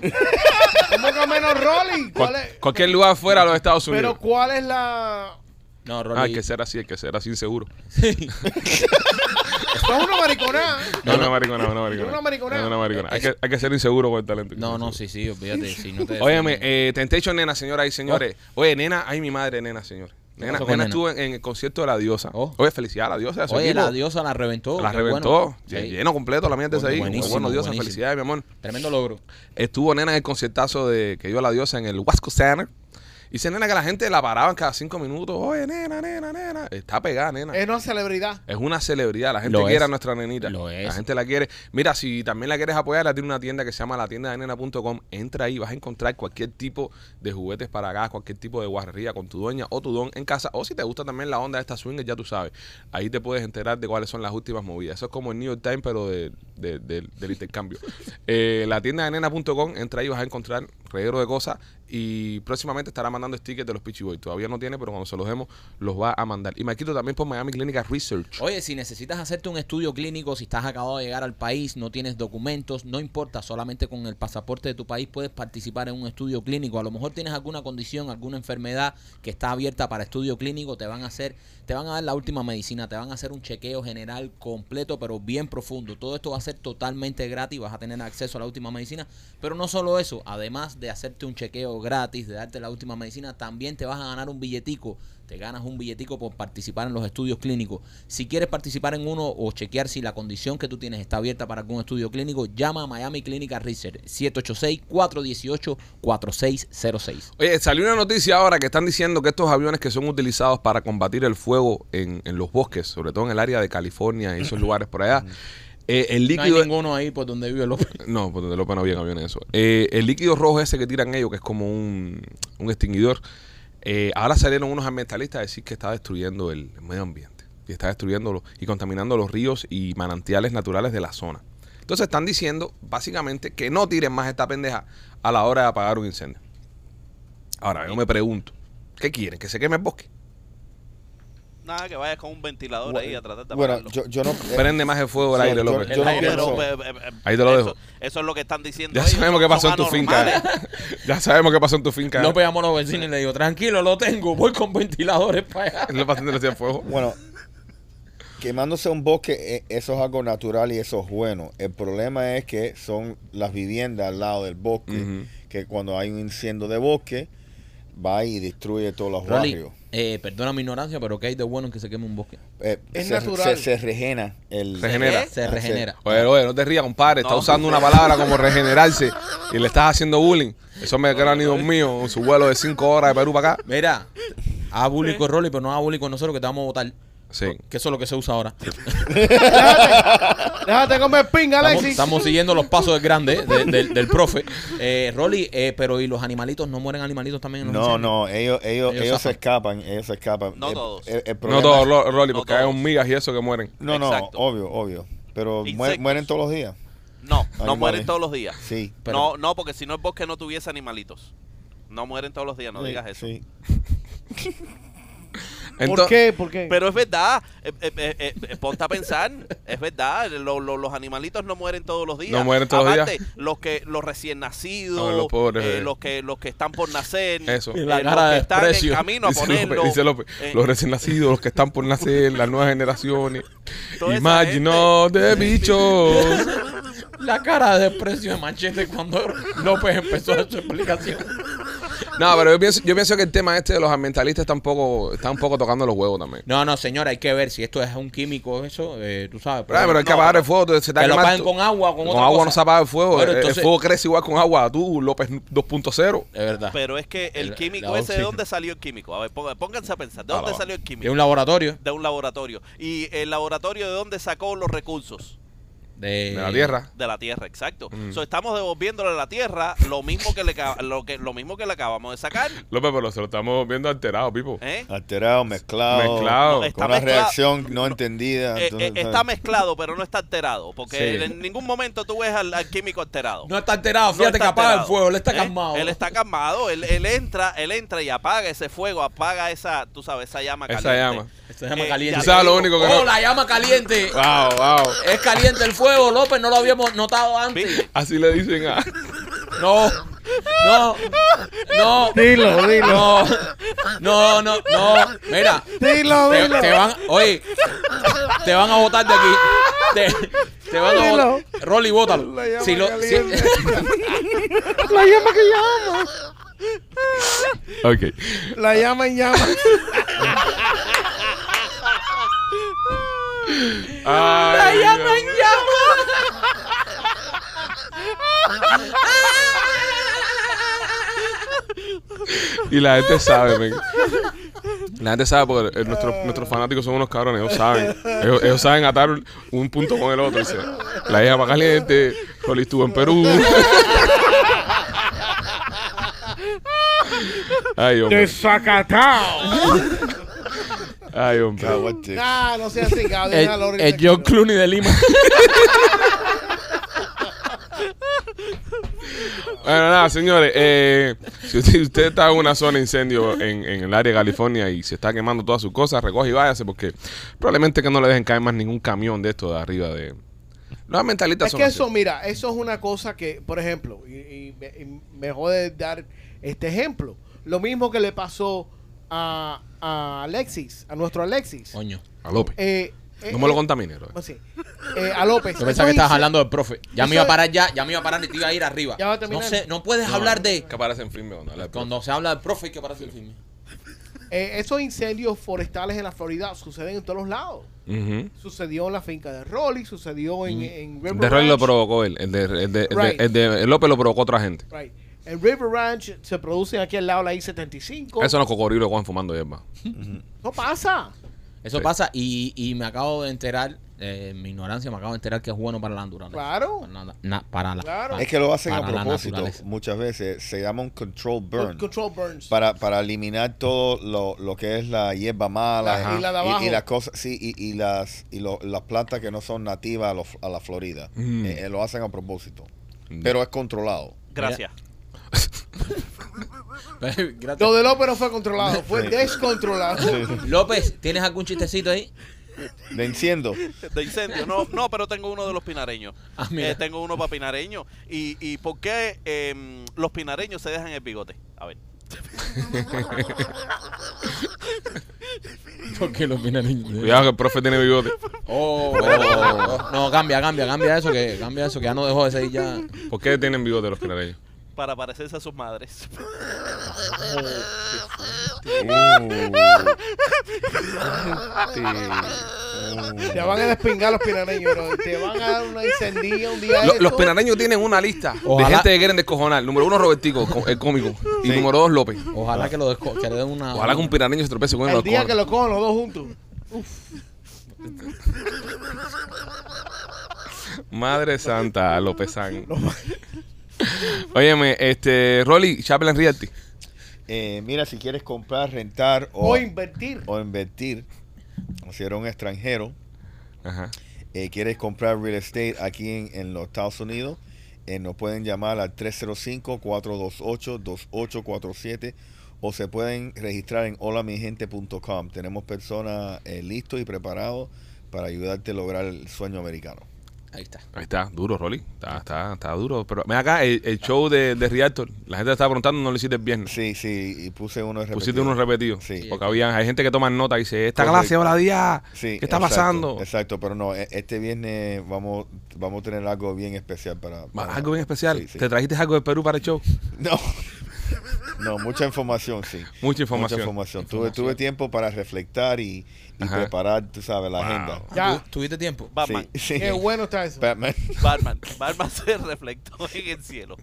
que menos Rolly? ¿Cuál
Cual-
es-
cualquier lugar fuera de los Estados Unidos.
Pero ¿cuál es la...?
No,
Ah, hay
Rolly.
que ser así, hay que ser así inseguro.
Esto es una mariconada.
No, no, maricona, no, maricona.
Es una mariconada.
Es una maricona. Hay que, hay que ser inseguro con el talento.
no, no, sí, sí, olvídate. Sí, no te
Óyeme, eh, Temptation Nena, señoras y señores. Oye, nena, ay, mi madre, nena, señores. Nena,
Oh.
nena,
pasó con Nena?
estuvo en, en el concierto de la diosa.
Oh.
Oye, felicidad a la diosa. a su
Oye,
equipo.
la diosa la reventó.
La
qué
reventó.
bueno.
Lle-
Sí.
Lleno completo la mierda esa ahí.
Buenísimo,
bueno, diosa,
buenísimo.
felicidades, mi amor.
Tremendo logro.
Estuvo nena en el conciertazo de que dio la diosa en el Wasco Center. Y Dice nena que la gente la paraban cada cinco minutos. Oye, nena, nena, nena. Está pegada, nena.
Es una celebridad.
Es una celebridad, la gente
Lo
quiere
es.
a nuestra nenita.
Lo
La
es.
gente la quiere. Mira, si también la quieres apoyar, la tiene una tienda que se llama latiendadenena.com. Entra ahí, vas a encontrar cualquier tipo de juguetes para acá, cualquier tipo de guarrería con tu doña o tu don en casa. O si te gusta también la onda de esta swing, ya tú sabes. Ahí te puedes enterar de cuáles son las últimas movidas. Eso es como el New York Times, pero de, de- de- del intercambio. eh, latiendadenena.com, entra ahí, vas a encontrar reguero de cosas y próximamente estará mandando stickers de los Peachy Boys. Todavía no tiene, pero cuando se los demos, los va a mandar. Y me quito también por Miami Clínica Research.
Oye, si necesitas hacerte un estudio clínico, si estás acabado de llegar al país, no tienes documentos, no importa, solamente con el pasaporte de tu país puedes participar en un estudio clínico. A lo mejor tienes alguna condición, alguna enfermedad que está abierta para estudio clínico, te van a hacer, te van a dar la última medicina, te van a hacer un chequeo general completo, pero bien profundo. Todo esto va a ser totalmente gratis, vas a tener acceso a la última medicina, pero no solo eso, además de hacerte un chequeo gratis, de darte la última medicina, también te vas a ganar un billetico te ganas un billetico por participar en los estudios clínicos. Si quieres participar en uno o chequear si la condición que tú tienes está abierta para algún estudio clínico, llama a Miami Clínica Research 786-418-4606.
Oye, salió una noticia ahora que están diciendo que estos aviones que son utilizados para combatir el fuego en, en los bosques, sobre todo en el área de California y esos lugares por allá, eh, el
No hay
líquido...
ninguno ahí por donde vive López.
No, por donde López no había aviones eso. Eh, el líquido rojo ese que tiran ellos, que es como un, un extinguidor, eh, ahora salieron unos ambientalistas a decir que está destruyendo el medio ambiente. Y está destruyendo lo- y contaminando los ríos y manantiales naturales de la zona. Entonces están diciendo, básicamente, que no tiren más esta pendeja a la hora de apagar un incendio. Ahora, yo me pregunto, ¿qué quieren? ¿Que se queme el bosque?
Nada, que vayas con un ventilador ahí a tratar de
Bueno,
apagarlo.
yo, yo no.
Prende más el fuego del
Eh, yo-
aire,
yo-
López.
yo no
No,
pienso-
pero, eh, eh, eh,
Ahí te lo
eso-
dejo.
Eso es lo que están diciendo.
Ya
ellos,
sabemos qué
son
pasó en tu
anormales.
finca. ya sabemos qué pasó en tu finca.
pues,
López llamó a los vecinos y le dijo, tranquilo, lo tengo, voy con ventiladores para allá.
López haciéndole así al fuego.
Bueno, quemándose un bosque, eh, eso es algo natural y eso es bueno. El problema es que son las viviendas al lado del bosque,
Ujú.
que cuando hay un incendio de bosque, va y destruye todos los
Rolly,
barrios.
eh, perdona mi ignorancia, pero ¿qué hay de bueno en que se queme un bosque?
Eh,
Es
se,
natural.
Se, se regena el.
Regenera.
Se regenera.
Oye, oye, no te rías, compadre. Está
No.
usando una palabra como regenerarse y le estás haciendo bullying. Eso me quedan ni mío con su vuelo de 5 horas de Perú para acá.
Mira, a bully con Rolly, pero pues no a bully con nosotros que te vamos a votar.
Sí.
Que eso es lo que se usa ahora.
Déjate comer ping,
Estamos,
Alexis.
estamos siguiendo los pasos del grande, de- del, del profe. Eh, Rolly, eh, pero ¿y los animalitos? ¿No mueren animalitos también? en los
No,
incendios?
no, ellos, ellos,
Ellos
ellos, se escapan, ellos se escapan.
No
El-
todos.
el- el
No
problema-
todos, Ro- Rolly,
No
porque hay
todos.
hormigas y eso que mueren.
No, no,
Exacto.
obvio, obvio. Pero muer-
Insectos.
mueren todos los días.
eh.
No, no
Animales.
mueren todos los días.
Sí.
Pero-
no, no, porque si no el bosque no tuviese animalitos. No mueren todos los días, no
Sí,
digas eso.
sí.
Ento-
¿Por qué? ¿Por qué?
Pero es verdad, eh, eh, eh, eh, eh, ponte a pensar, es verdad, lo- lo- los animalitos no mueren todos los días.
No mueren todos los
Aparte, los que los recién nacidos,
Ah, los pobres,
eh,
eh.
los que los que están por nacer,
Eso.
eh,
La cara
los
de
que están
desprecio.
en camino a
dice
ponerlo.
López, dice López,
eh,
los recién nacidos, los que están por nacer, las nuevas generaciones.
Toda esa
Imagine
gente-
all the bichos.
La cara de desprecio de Machete cuando López empezó su explicación.
No, pero yo pienso, yo pienso que el tema este de los ambientalistas está un poco, está un poco tocando los huevos también.
No, no, señor, hay que ver si esto es un químico, eso, eh, tú sabes.
Pero, pero hay que apagar el fuego. Se está
que lo
quemando.
apaguen con agua, con
Con
otra
agua
cosa.
no se apaga el fuego.
Bueno,
El- el,
entonces-
fuego crece igual con agua. Tú, López 2.0.
Es verdad.
Pero es que el
Ah. El-
químico
la
ese, ¿de
oxígeno.
dónde salió el químico? A ver, ponga- pónganse a pensar, ¿de
Ah, va,
dónde
va.
salió el
De
químico?
un laboratorio.
De un laboratorio. ¿Y el laboratorio de dónde sacó los recursos?
De,
De
Eh.
la tierra.
De la Tierra, exacto.
Mm.
So, estamos devolviéndole a la Tierra lo mismo que le, ca- lo que, lo mismo que le acabamos de sacar.
López, pero se lo estamos viendo alterado, Pipo.
¿eh?
Ah,
Alterado, mezclado.
Mezclado.
No, está
con una
mezclado.
reacción no entendida.
Eh,
entonces,
eh, está
¿sabes?
mezclado, pero no está alterado. Porque
Sí.
en ningún momento tú ves al, al químico alterado.
No está alterado, fíjate
está
que apaga el
alterado,
fuego, él está
¿eh?
calmado.
Él está calmado, él, él entra, él entra y apaga ese fuego, apaga esa, tú sabes, esa llama
Esa
caliente.
llama.
Esta llama
Eh,
caliente.
ya
Tú sabes lo único que
Oh,
no-
la llama caliente.
Wow, wow.
Es caliente el fuego, López, no lo habíamos notado antes.
¿Viste?
Así le dicen a.
No, no, no.
Dilo, dilo.
No, no, no, no. Mira,
Dilo,
te,
dilo.
te van, oye, te van a botar de aquí. Te, te van a botar. Rolly, bótalo.
La llama
Si lo- si-
caliente. La llama que llama.
Ok.
La llama en llama.
Ay, Dios. Y la gente sabe, men. La gente sabe porque eh, nuestros, nuestros fanáticos son unos cabrones, ellos saben. Ellos, ellos saben atar un punto con el otro. dice, la hija va caliente, Rolly estuvo en Perú. Ay, hombre.
Desacatado.
Ay, hombre.
Caguache.
Nah, Ah, no seas así, cabrón. déjalo
el,
ahorita
el
que-
Eh, John Clooney de Lima.
Bueno, nada, señores. eh, si usted, usted está en una zona de incendio en, en el área de California y se está quemando todas sus cosas, recoge y váyase porque probablemente que no le dejen caer más ningún camión de esto de arriba de... Los mentalistas
Es
son
que
así.
eso, mira, eso es una cosa que, por ejemplo, y, y me, y me jode dar este ejemplo. Lo mismo que le pasó a, a Alexis, a nuestro Alexis.
Coño.
A López.
Eh, eh,
no me lo
eh,
contamine, bro.
¿cómo así? Eh, a López.
Yo pensaba que
Eso
estabas
hice-
hablando del profe. Ya me
eso
iba a
es-
parar ya, ya me iba a parar y te iba a ir arriba.
Ya va a terminar.
no sé, no puedes hablar de
Que aparece en filme cuando habla de-
Pues, cuando se habla del profe hay que pararse el filme.
eh, esos incendios forestales en la Florida suceden en todos los lados.
Ujú.
Sucedió en la finca de Rolly, sucedió en, en River
Mm. De Rolly lo
Ranch.
provocó él. El de, el de- el de-
Right.
el de López lo provocó otra gente.
Right. En River Ranch se producen aquí al lado la I-75.
Eso no cocodrilo Juan fumando hierba.
no pasa.
Eso
Sí.
pasa y, y me acabo de enterar, eh, en mi ignorancia me acabo de enterar que es bueno para la naturaleza.
Claro.
Para la- na- para la,
Claro.
Es que lo hacen a
para la
propósito
naturaleza.
muchas veces. Se llama un control burn.
Control burns.
Para, para eliminar todo lo, lo que es la hierba mala
Ajá. Y la de
y,
abajo.
las cosas sí y, y las y lo- las plantas que no son nativas a, lo- a la Florida
Mm.
Eh, eh, lo hacen a propósito
Mm.
pero es controlado
Gracias.
Gracias.
Lo de López no fue controlado, fue
Sí.
descontrolado.
López, ¿tienes algún chistecito ahí?
le enciendo
De incendio. No, no, pero tengo uno de los pinareños.
Ah, mira.
Eh, tengo uno para pinareños. ¿Y, y por qué em, los pinareños se dejan el bigote? A ver.
¿Por qué lo
Cuidado que el profe tiene bigote.
Oh, oh. No, cambia, cambia, cambia eso, que cambia eso, que ya no dejó de seguir ya.
¿Por qué tienen bigote los canarios?
Para parecerse a sus madres.
Te van a despingar los pinareños, bro. Te van a dar una incendia un día.
Lo-
de
los
estos.
penareños tienen una lista de
Ojalá.
gente que quieren descojonar. Número uno, Robertico, co- el cómico. Y
Sí.
número dos, López.
Ojalá que lo desco- que le den una.
Ojalá que un pinareño se tropece con uno
El
de los
día que
cojones.
lo cojan los dos juntos. Uf.
Madre santa, López San. Óyeme, este, Rolly, Chaplin Rialti.
Eh, mira si quieres comprar rentar o,
O invertir.
o invertir o si eres un extranjero
Ajá.
eh, quieres comprar real estate aquí en, en los Estados Unidos, eh, nos pueden llamar al 305-428-2847 o se pueden registrar en holamigente.com. Tenemos personas eh, listos y preparados para ayudarte a lograr el sueño americano.
Ahí está.
Ahí está, duro, Rolly. Está, está, está duro. Pero ven acá, el, el show de, de Rialto, la gente te estaba preguntando, no lo hiciste el viernes.
Sí, sí, y puse uno repetido.
Pusiste unos repetidos.
Sí.
Porque había, hay gente que toma nota y dice, esta
Correcto.
clase ahora día.
Sí,
¿Qué está
exacto,
pasando?
Exacto, pero no, e- este viernes vamos, vamos a tener algo bien especial para...
Ma-
para-
Algo bien especial.
Sí, sí.
¿Te trajiste algo de Perú para el show?
No, No, mucha información, sí.
Mucha información.
Mucha información. Tuve, tuve tiempo para reflectar y, y
Ajá.
preparar, tú sabes, la
Wow.
agenda.
Ya,
¿Tu- ¿Tuviste tiempo?
Batman.
Sí, sí.
qué bueno está eso.
Batman.
Batman. Batman se reflectó en el cielo.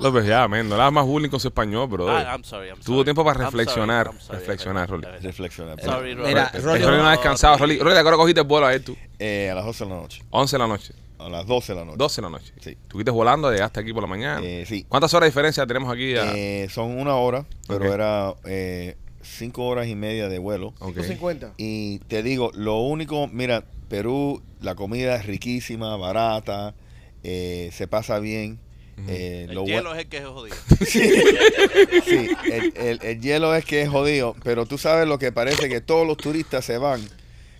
López, ya, men, no le hagas más bullying con su español, bro.
Ah, I'm sorry, I'm
Tuvo
sorry.
tiempo para
I'm sorry,
reflexionar,
I'm sorry,
reflexionar,
Rolly.
Rolly.
Reflexionar.
Sorry, Rolly.
Mira,
El
Rolly-
Rolly no ha descansado, Rolly. Rolly, ¿a qué hora cogiste el vuelo a él tú?
Eh, a las 11 de la noche.
11 de la noche,
A las 12 de la noche.
12 de la noche.
Sí.
Tú quites volando, llegaste aquí por la mañana.
Eh, sí.
¿Cuántas horas de diferencia tenemos aquí? A...
Eh, son una hora, pero
Ok.
era eh, cinco horas y media de vuelo.
Ok.
150.
Y te digo, lo único, mira, Perú, la comida es riquísima, barata, eh, se pasa bien. eh,
El
lo
hielo
bue-
es el que es jodido.
sí, el, el- el hielo es que es jodido, pero tú sabes lo que parece que todos los turistas se van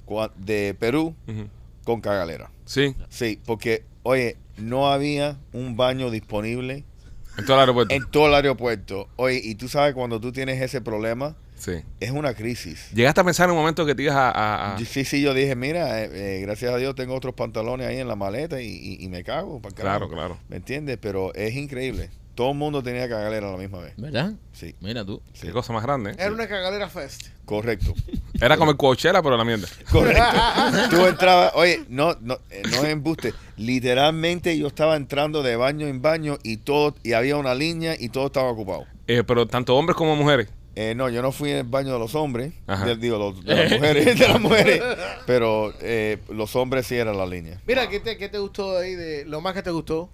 cua- de Perú
Ujú.
con cagalera.
Sí,
Sí, porque, oye, no había un baño disponible
en todo el aeropuerto.
en todo el aeropuerto. Oye, y tú sabes cuando tú tienes ese problema,
Sí.
es una crisis.
Llegaste a pensar en un momento que te ibas a... a- a-
Yo- Sí, sí, yo dije, mira, eh, eh, gracias a Dios tengo otros pantalones ahí en la maleta y, y- y me cago. pa'l
Claro,
carajo.
claro.
¿Me entiendes? Pero es increíble. Todo el mundo tenía cagalera a la misma vez.
¿Verdad?
Sí,
Mira tú.
sí.
Qué cosa más grande. ¿eh?
Era una cagalera fest.
Correcto.
Era como el Coachella, pero la mierda.
Correcto. Tú entrabas, oye, no, no, eh, no es embuste. Literalmente yo estaba entrando de baño en baño y todo, y había una línea y todo estaba ocupado.
Eh, pero tanto hombres como mujeres.
Eh, no, yo no fui en el baño de los hombres,
Ajá.
de, digo, los- de las mujeres, de las mujeres, pero eh, los hombres sí eran la línea.
Mira, ¿qué te, ¿qué te gustó ahí? de Lo más que te gustó.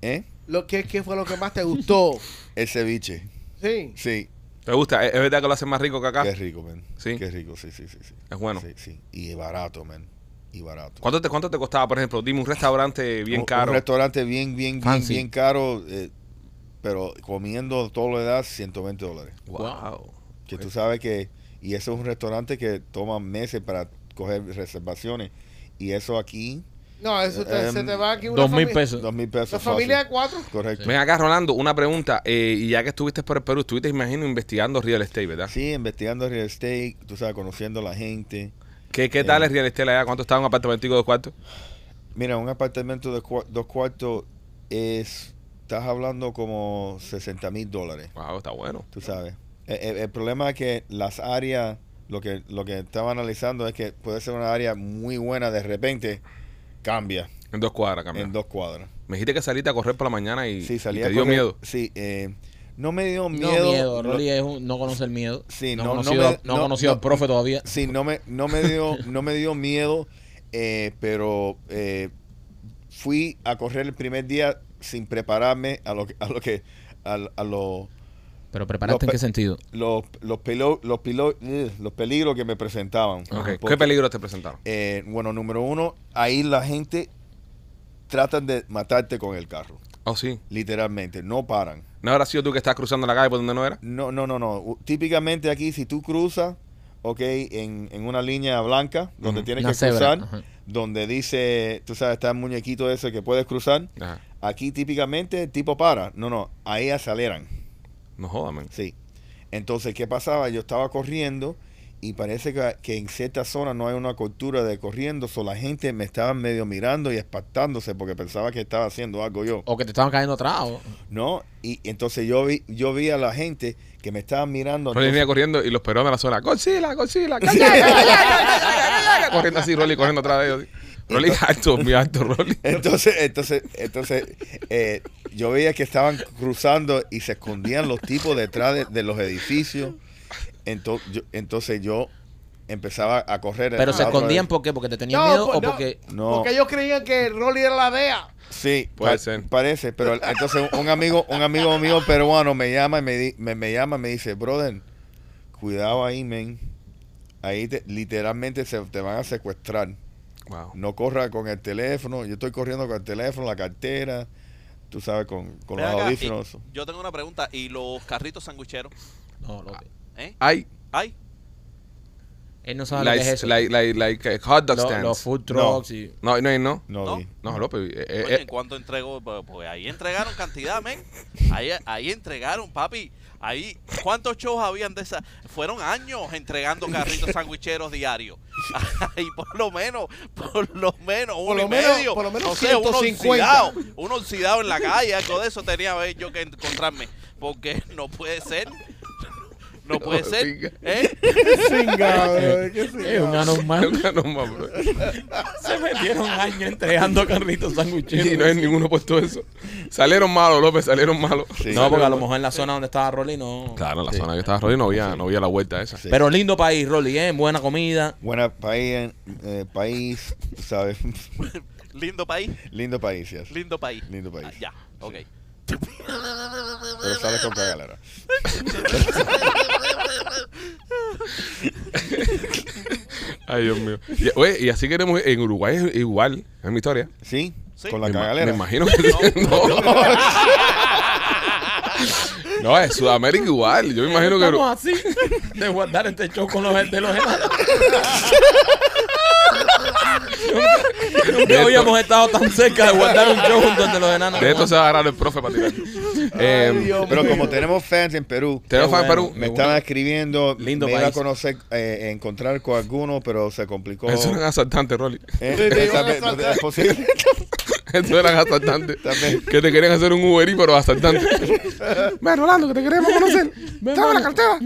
¿Eh?
Lo, ¿qué, ¿Qué fue lo que más te gustó?
El ceviche,
Sí.
sí,
¿Te gusta? Eh, ¿Es es verdad que lo hacen más rico que acá?
qué rico, men.
Ah. Sí.
Qué rico, sí, sí, sí. sí.
Es bueno.
Sí, sí. Y barato, men. Y barato.
¿Cuánto te, ¿Cuánto te costaba, por ejemplo? Dime un restaurante bien
Un-
caro.
Un restaurante bien, bien, bien,
Fancy.
bien caro, eh, pero comiendo todo lo de edad, 120 dólares.
wow.
Que tú sabes que, y eso es un restaurante que toma meses para coger reservaciones. Y eso aquí,
No, eso te-
Em,
se te va aquí una
Dos mil
familia-
pesos.
dos mil pesos.
La familia de
fácil.
cuatro.
Correcto.
Ven acá, Rolando, una pregunta. Eh, y ya que estuviste por el Perú, estuviste, imagino, investigando real estate, ¿verdad?
Sí, investigando real estate, tú sabes, conociendo a la gente.
¿Qué, qué tal
Eh.
es real estate allá? ¿Cuánto estaba un apartamentico de cuartos?
Mira, un apartamento de cua- dos cuartos es, estás hablando como 60 mil dólares,
Wow, está bueno.
tú sabes. E- e- El, problema es que las áreas, lo que, lo que estaba analizando es que puede ser una área muy buena, de repente cambia
En dos cuadras, Camila.
en dos cuadras.
Me dijiste que saliste a correr por la mañana y,
Sí,
y
salía
te
a
dio
correr.
miedo.
Sí, eh, no me dio
No,
miedo.
miedo.
no-
Rolly es un- no conoce el miedo.
Sí,
no,
no-
ha
no
conocido,
me-
no ha
no-
conocido
no-
al profe todavía.
Sí, no me, no me dio, no me dio miedo, eh, pero eh, fui a correr el primer día sin prepararme a lo que, a lo que, a, a lo-
Pero preparaste en
pe-
qué sentido.
los, los, pelo- los, pelo- ugh, los peligros que me presentaban.
Ok,
Porque,
¿Qué peligros te presentaron?
eh, bueno, número uno, ahí la gente tratan de matarte con el carro,
Oh, sí.
literalmente, no paran.
¿No habrá sido tú que estabas cruzando la calle por donde no era?
No, no, no, no. U- Típicamente aquí, si tú cruzas, ok, en, en una línea blanca, donde
Ujú.
tienes
Una
que
cebra,
cruzar,
ajá.
donde dice, tú sabes, está el muñequito ese que puedes cruzar.
Ajá.
Aquí típicamente el tipo para. No, no, ahí aceleran.
No jodas, man.
Sí. Entonces, ¿qué pasaba? Yo estaba corriendo y parece que, que en cierta zona no hay una cultura de corriendo, so la gente me estaba medio mirando y espantándose porque pensaba que estaba haciendo algo yo.
O que te estaban cayendo atrás. o-
¿No? Y entonces yo vi, yo vi a la gente que me estaba mirando.
Rolly
entonces-
venía corriendo y los perros de la zona. ¡Godzilla, Godzilla! ¡Calla, calla, calla, calla, calla, calla! Corriendo así, Rolly corriendo atrás de ellos. así. Rolly alto, muy alto, Rolly.
Entonces, entonces, entonces, eh, yo veía que estaban cruzando y se escondían los tipos detrás de, de los edificios. Ento- yo- Entonces yo, empezaba a correr.
Pero se
Ah, otra
escondían
vez.
por qué, porque te tenían
No,
miedo
pues,
o
no.
porque...
No.
Porque ellos creían que Rolly era la DEA.
Sí,
Puede
pa-
ser.
parece. Pero el- entonces un amigo, un amigo mío peruano me llama y me, di- me, me llama y me dice, brother, cuidado ahí, men. Ahí te- literalmente se, te van a secuestrar.
Wow.
No corra con el teléfono. Yo estoy corriendo con el teléfono, la cartera, tú sabes, con, con
Ven
los
acá, y
audífonos.
yo tengo una pregunta. ¿Y los carritos sangucheros?
Ah.
No, loco.
¿Eh?
Ay,
¿Hay?
Él no sabe lo que
Like,
es eso.
like, like, like, eh, hot dog
Lo-
stands.
los food trucks y...
no, no, no.
No,
¿No?
vi.
No, López. eh, eh,
Coño, ¿y
eh,
cuánto entregó? Pues, pues ahí entregaron cantidad, men. Ahí, ahí entregaron, papi. Ahí, ¿cuántos shows habían de esa? Fueron años entregando carritos sandwicheros diarios. Ahí por lo menos, por lo menos, uno
lo
y
menos-
medio.
por lo menos
no sé, uno
150.
oxidado, uno oxidado en la calle, algo de eso tenía eh, yo que encontrarme. Porque no puede ser. No puede
Pinga.
ser. ¿eh?
Es un anormal.
no, mamá, bro.
Se metieron años entregando carritos sanguicheros.
Y no es ninguno puesto eso. Salieron malos, López, salieron malos.
Sí.
No, porque a lo mejor en la zona donde estaba Rolly no.
Claro, en la zona que estaba Rolly no había, no había la vuelta esa.
Sí.
Pero lindo país, Rolly, ¿eh? Buena comida.
Buena país, eh, país, ¿sabes?
Lindo país,
Lindo país, yes.
lindo país.
Lindo país.
Ah, ya, ok.
Pero sales con cagalera.
Ay, Dios mío. Y, oye, y así queremos ir. En Uruguay es igual, es mi historia.
¿Sí?
Sí.
Con la
me, ima-
cagalera.
me imagino que no. No, es Sudamérica igual. Yo me imagino que.
Estamos así de guardar este show con los de los demás. nunca
De esto-
habíamos estado tan cerca de guardar un show junto de los enanos.
De esto se va a agarrar el profe para tirar. Eh,
Pero como tenemos fans en Perú,
tenemos fan en
bueno.
Perú.
me estaban escribiendo,
Lindo
me iba a
país.
conocer, eh, encontrar con alguno, pero se complicó.
Eso eran asaltantes, Rolly.
Eh,
Te- te iban a
esa vez-
saltar.
es posible.
Eso eran asaltantes.
También.
Que te querían hacer un Uberi, pero asaltantes. Ven, Rolando, que te queremos conocer. Dame la cartera.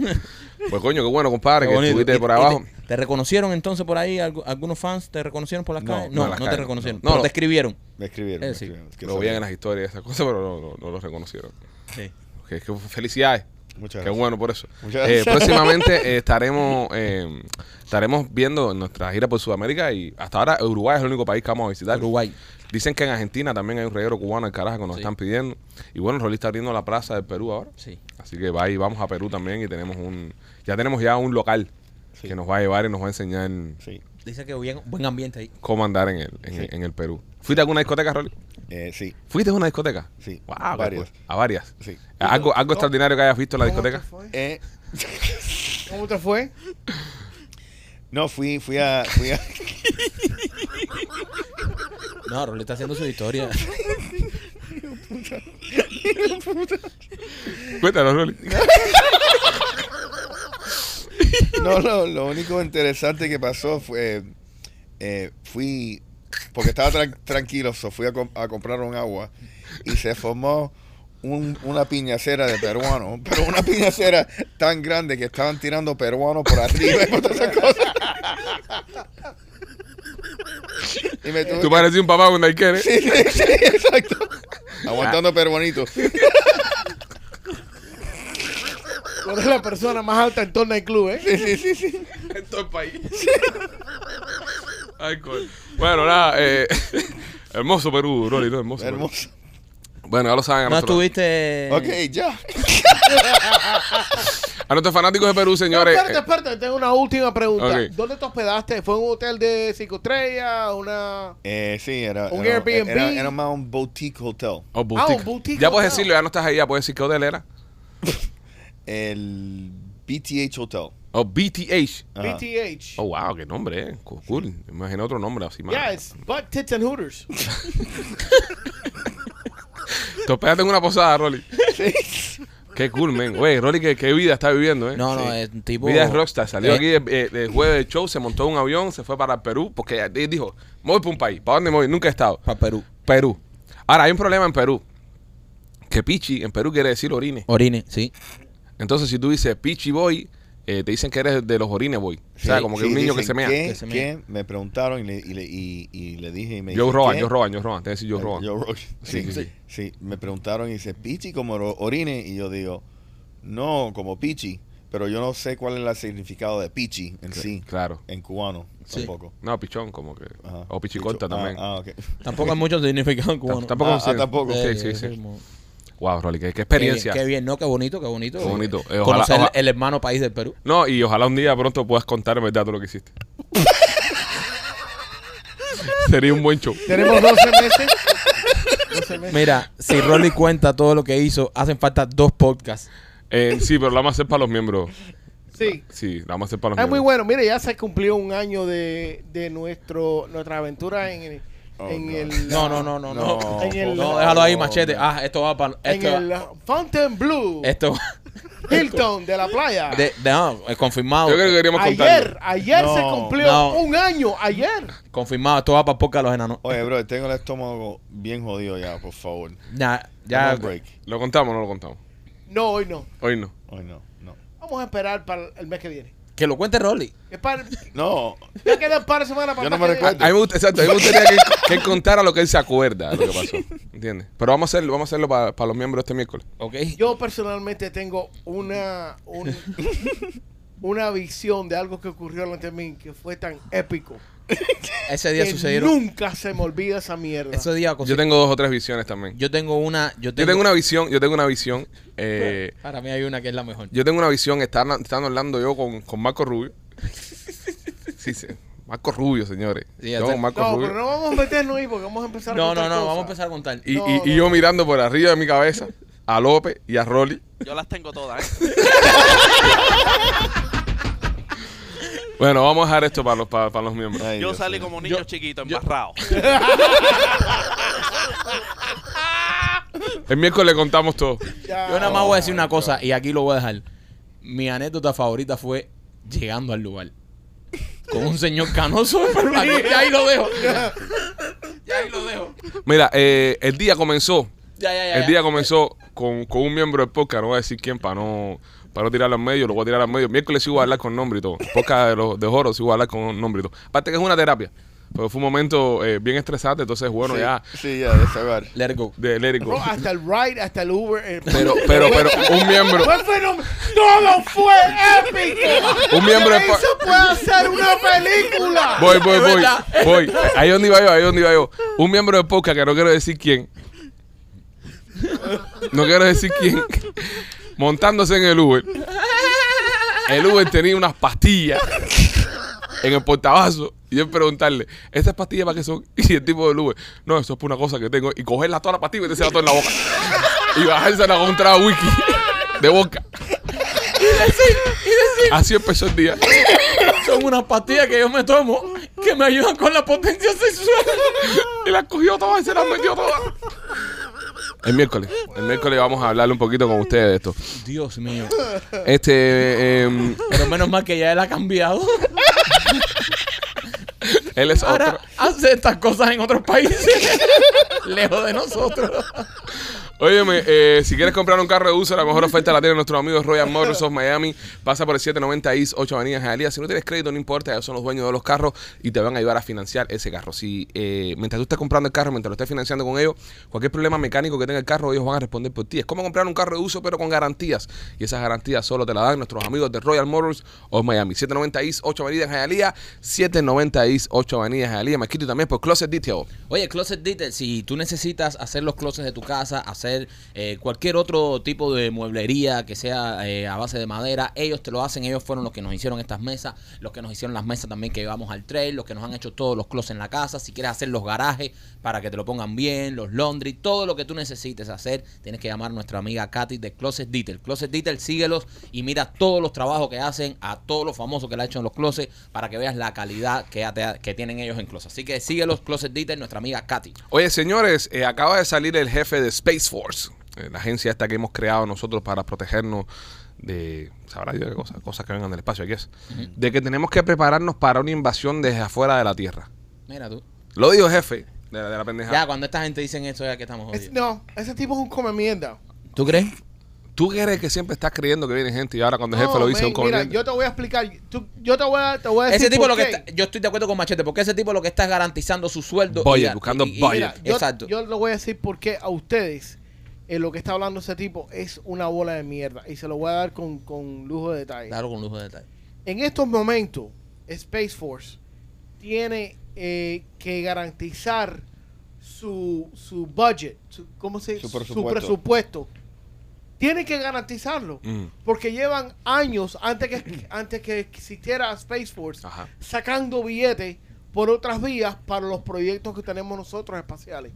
Pues coño, qué bueno, compadre,
Qué
que
bonito.
estuviste
¿Y-
por
y
abajo.
Te, te reconocieron entonces por ahí? Algu- ¿Algunos fans te reconocieron por las
No,
calles?
no,
No,
en
no,
las
te
calles, no.
reconocieron.
No,
pero
no.
te escribieron.
Me escribieron. me
Eh, sí.
escribieron, que
Lo veían en
sabía.
las historias y esas cosas, pero no, no, no los reconocieron.
Sí.
Ok, que felicidades.
Muchas
Qué
gracias.
bueno por eso.
Muchas
Eh,
gracias.
próximamente eh, estaremos eh, estaremos viendo nuestra gira por Sudamérica y hasta ahora Uruguay es el único país que vamos a visitar.
Uruguay.
Dicen que en Argentina también hay un reguero cubano al carajo que nos están pidiendo. Y bueno, Rolly está abriendo la plaza del Perú ahora.
Sí.
Así que va y vamos a Perú también y tenemos un ya tenemos ya un local
Sí.
que nos va a llevar y nos va a enseñar
Sí.
Dice que bien, buen ambiente ahí.
cómo andar en el, en,
Sí.
en el Perú. ¿Fuiste a alguna discoteca, Rolly?
Eh, sí.
¿Fuiste a una discoteca?
Sí,
Wow, qué
varias.
cool. A varias.
Sí.
¿Algo, algo extraordinario que hayas visto en la
¿Cómo te
discoteca?
fue?
Eh,
¿Cómo te fue?
no, fui, fui a, fui a,
No, Rolly está haciendo su historia.
Cuéntanos, Rolly.
No, no, lo único interesante que pasó fue, eh, fui, porque estaba tran- tranquilo, so fui a, com- a comprar un agua y se formó un- una piñacera de peruanos, pero una piñacera tan grande que estaban tirando peruanos por arriba y por todas esas cosas. Y me tuve
Tú pareces un papá cuando hay que eres.
Sí, sí, sí, exacto. Aguantando peruanitos.
Tú eres la persona más alta en torno al club, ¿eh?
Sí, sí, sí, sí.
en todo el país. Ay, coño. Bueno, nada, eh, hermoso Perú, Rolly, ¿no? Hermoso. Perú.
Hermoso.
Bueno, ya lo saben. A,
No
nuestros,
Eh.
estuviste.
Ok, ya.
a nuestros fanáticos de Perú,
No,
señores. eh,
espérate, espérate, tengo una última pregunta.
Ok.
¿Dónde te hospedaste? ¿Fue un hotel de cinco estrellas? Una...
Eh, sí, era,
Un
era-
Airbnb.
Era, era más un boutique hotel.
Oh, boutique.
Ah, un boutique,
Ya puedes
claro.
decirlo, ya no estás ahí, ya puedes decir qué hotel era.
El BTH Hotel.
Oh, BTH.
Ajá.
BTH.
Oh, wow, qué nombre, eh. Cool, Cool. Me imagino otro nombre así más.
Yeah, it's butt, tits and hooters.
Te hospedaste en una posada, Rolly. Qué cool, men. Oye, Rolly, qué, qué vida está viviendo, eh.
No, no, es un tipo.
Vida es rockstar. Salió
Eh,
aquí el, el- el jueves del show, se montó en un avión, se fue para Perú, porque él dijo, me voy para un país. ¿Para dónde me voy? Nunca he estado.
Para Perú.
Perú. Ahora, hay un problema en Perú. Que pichi en Perú quiere decir orine.
Orine, sí.
Entonces, si tú dices pichi boy, eh, te dicen que eres de los orines boy. o sea,
Sí,
como que
sí,
un niño que se
dicen,
mea.
¿qué?
Que se mea.
¿Qué? Me preguntaron y le, y le, y, y le dije y me
Yo
dice,
roban,
¿qué?
yo roban, yo roban. Te decir yo roban.
Joe Rogan. Sí, sí, sí. me preguntaron y dice, Pichi como ro- orine. Y yo digo, no, como Pichi. Pero yo no sé cuál es el significado de Pichi en sí.
Claro.
En cubano,
Sí.
tampoco.
No, pichón, como que.
Ajá.
O pichicorta
Picho-
también.
Ah, ah, ok.
Tampoco hay mucho significado en cubano.
Tampoco.
Ah, ah,
sí.
tampoco.
Eh,
Sí, sí, sí.
como-
Wow, Rolly, qué, qué
Qué bien,
experiencia.
Qué bien, no, qué bonito, qué bonito.
Qué bonito. Eh, ojalá-
Conocer
ojalá-
el hermano país del Perú.
No, y ojalá un día pronto puedas contar en verdad todo lo que hiciste. Sería un buen show.
Tenemos 12 meses. 12 meses.
Mira, si Rolly cuenta todo lo que hizo, hacen falta dos podcasts.
Eh, sí, pero lo vamos a hacer para los miembros.
Sí.
Sí, la vamos a hacer para los
Es muy
miembros.
bueno. Mire, ya se cumplió un año de, de nuestro, nuestra aventura en el...
Oh,
en
God.
el
No, no, no, no, no.
No,
En el-
No, déjalo ahí,
no,
machete.
no.
Ah, esto va para.
Oh, En
Esto,
el Fountain Blue
esto
Hilton de la playa.
de, de- no, es confirmado.
Yo creo que deberíamos
ayer,
contarlo.
ayer se
No,
cumplió
no.
un año. Ayer.
eh, Confirmado, esto va para poca los enanos.
Oye, bro, tengo el estómago bien jodido ya, por favor.
Nah,
Dame
ya.
un break.
¿Lo contamos o no lo contamos?
No, hoy no.
Hoy no.
Ay, no, no.
Vamos a esperar para el mes que viene.
Que lo cuente Rolly.
Es para-
No,
ya quedan par de semanas para
Yo
el
no
mes
me
que viene.
recuerdo.
A mí me, gusta- exacto, a mí me gustaría que, que él contara lo que él se acuerda de lo que pasó. ¿Entiendes? Pero vamos a hacerlo, vamos a hacerlo para, para los miembros este miércoles.
Ok.
Yo personalmente tengo una un- una visión de algo que ocurrió durante mí que fue tan épico.
Ese día
Que
sucedieron.
nunca se me olvida esa mierda.
Ese día
Yo tengo dos o tres visiones también.
Yo tengo una. Yo
Yo
tengo,
tengo una visión, yo tengo una visión. eh,
Para mí hay una que es la mejor.
yo tengo una visión, están, están hablando yo con, con Marco Rubio. Sí, sí. Marco Rubio, señores.
Sí,
yo
ya
con
sé.
Marco
no,
Rubio.
pero no vamos a meternos ahí porque vamos a empezar a
No,
contar
no, no,
cosas.
vamos a empezar a contar.
Y,
No,
y- y
no.
yo mirando por arriba de mi cabeza a López y a Rolly.
Yo las tengo todas. ¿eh?
Bueno, vamos a dejar esto para los, para, para los miembros.
Ay,
Yo
Dios
salí
mío.
como niño chiquito, embarrado.
El miércoles contamos todo.
Ya.
Yo nada más voy a decir una cosa y aquí lo voy a dejar. Mi anécdota favorita fue llegando al lugar. Con un señor canoso. pero aquí- y ahí lo dejo. Ya, ahí lo dejo.
Mira, eh, el día comenzó.
Ya, ya, ya.
El
ya.
día comenzó con, con un miembro del podcast. No voy a decir quién para no, para no tirarlo al medio. Lo voy a tirar al medio. Miércoles sí voy a hablar con nombre y todo. El podcast de, los, de Joro sí voy a hablar con nombre y todo. Aparte que es una terapia. Porque fue un momento eh, bien estresante. Entonces, bueno,
sí,
ya
Sí, ya, de saber.
Let it go.
de lérico.
Oh,
Bro,
ah.
hasta el ride, hasta el Uber. eh,
Pero, pero, pero, un miembro.
Fue fenómeno. Todo fue épico.
Un miembro de
de eso
pa-
puede hacer una película.
Voy, voy,
Es
voy.
verdad.
Voy. Ahí donde iba yo, ahí donde iba yo. Un miembro de podcast que no quiero decir quién. No quiero decir quién. Montándose en el Uber. El Uber tenía unas pastillas en el portabazo. Y yo preguntarle, ¿estas pastillas para qué son? Y el tipo del Uber, no, eso es por una cosa que tengo. Y cogerla toda la pastilla y metérsela toda en la boca. Y bajársela con un trago wiki de boca. Así empezó el día.
Son unas pastillas que yo me tomo que me ayudan con la potencia sexual.
Y las cogió todas y se las metió todas. El miércoles. El miércoles vamos a hablar un poquito con ustedes de esto.
Dios mío.
Este. eh,
Pero menos mal que ya él ha cambiado.
él es otro.
Ahora hace estas cosas en otros países. Lejos de nosotros.
Óyeme, eh, si quieres comprar un carro de uso, la mejor oferta la tienen nuestros amigos Royal Motors of Miami. Pasa por el 790 East 8 Avenida Jalía. Si no tienes crédito, no importa, ellos son los dueños de los carros y te van a ayudar a financiar ese carro. Si eh, mientras tú estés comprando el carro, mientras lo estés financiando con ellos, cualquier problema mecánico que tenga el carro, ellos van a responder por ti. Es como comprar un carro de uso, pero con garantías. Y esas garantías solo te las dan nuestros amigos de Royal Motors of Miami. 790 East 8 Avenida Jalía. 790 East 8 Avenida Jalía. Me escrito también por Closet Detail.
Oye, Closet Detail, si tú necesitas hacer los closets de tu casa, hacer eh, cualquier otro tipo de mueblería que sea eh, a base de madera, ellos te lo hacen, ellos fueron los que nos hicieron estas mesas, los que nos hicieron las mesas también que llevamos al trail, los que nos han hecho todos los closets en la casa, si quieres hacer los garajes para que te lo pongan bien, los laundry, todo lo que tú necesites hacer, tienes que llamar a nuestra amiga Katy de Closet Detail. Closet Detail, síguelos y mira todos los trabajos que hacen, a todos los famosos que le han hecho en los closets, para que veas la calidad que, ate- que tienen ellos en closet. Así que síguelos, Closet Detail, nuestra amiga Katy.
Oye, señores, eh, acaba de salir el jefe de Space Force, eh, la agencia esta que hemos creado nosotros para protegernos de, sabrá yo qué cosas, cosas que vengan del espacio, I guess, de que tenemos que prepararnos para una invasión desde afuera de la Tierra.
Mira tú.
Lo dijo el jefe de la, de la pendejada.
Ya, cuando esta gente dicen eso, ya que estamos
Es-
jodidos.
no, ese tipo es un come mierda.
¿Tú crees?
Tú que eres que siempre estás creyendo que viene gente y ahora cuando el jefe
No,
lo dice
man,
un
Mira,
comediante.
yo te voy a explicar. Tú- yo te voy a, te voy a decir.
Ese tipo
por
lo que
qué.
está, yo estoy de acuerdo con Machete, porque ese tipo lo que está es garantizando su sueldo.
Budget, buscando budget.
Mira, yo,
Exacto.
Yo le voy a decir por qué a ustedes eh, lo que está hablando ese tipo es una bola de mierda. Y se lo voy a dar con, con lujo de detalle.
Claro, con lujo de detalle.
En estos momentos, Space Force tiene eh, que garantizar su, su budget, su, ¿cómo se
Su
su
presupuesto.
presupuesto. Tiene que garantizarlo.
Mm.
Porque llevan años antes que, antes que existiera Space Force
Ajá.
sacando billetes por otras vías para los proyectos que tenemos nosotros espaciales.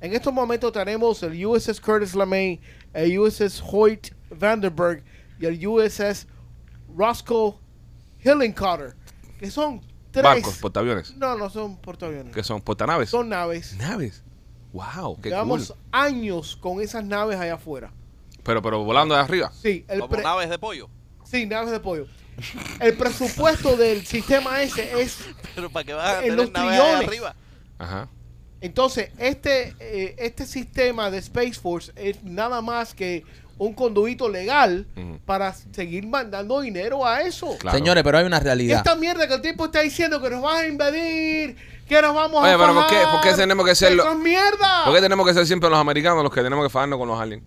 En estos momentos tenemos el USS Curtis LeMay, el USS Hoyt Vandenberg y el USS Roscoe Hillencotter, que son tres.
Barcos, portaaviones.
No, no son portaaviones.
Que son portanaves.
Son naves.
naves. Wow, qué
Llevamos
cool.
años con esas naves allá afuera.
Pero, pero volando de arriba.
Sí, el
Como
pre-
naves de pollo.
sí, naves de pollo. El presupuesto del sistema ese es
Pero para que vas a
En
tener
Eh, los
naves allá
trillones.
arriba.
Ajá.
Entonces, este, eh, este sistema de Space Force es nada más que un conduito legal
Ujú.
para seguir mandando dinero a eso.
Claro.
Señores, pero hay una realidad.
Esta mierda que el tipo está diciendo que nos vas a invadir, que nos vamos a
Oye, pero ¿por qué-
fajar,
por qué tenemos que ser lo-
¡Eso es mierda!
¿Por qué tenemos que ser siempre los americanos los que tenemos que fajarnos con los aliens?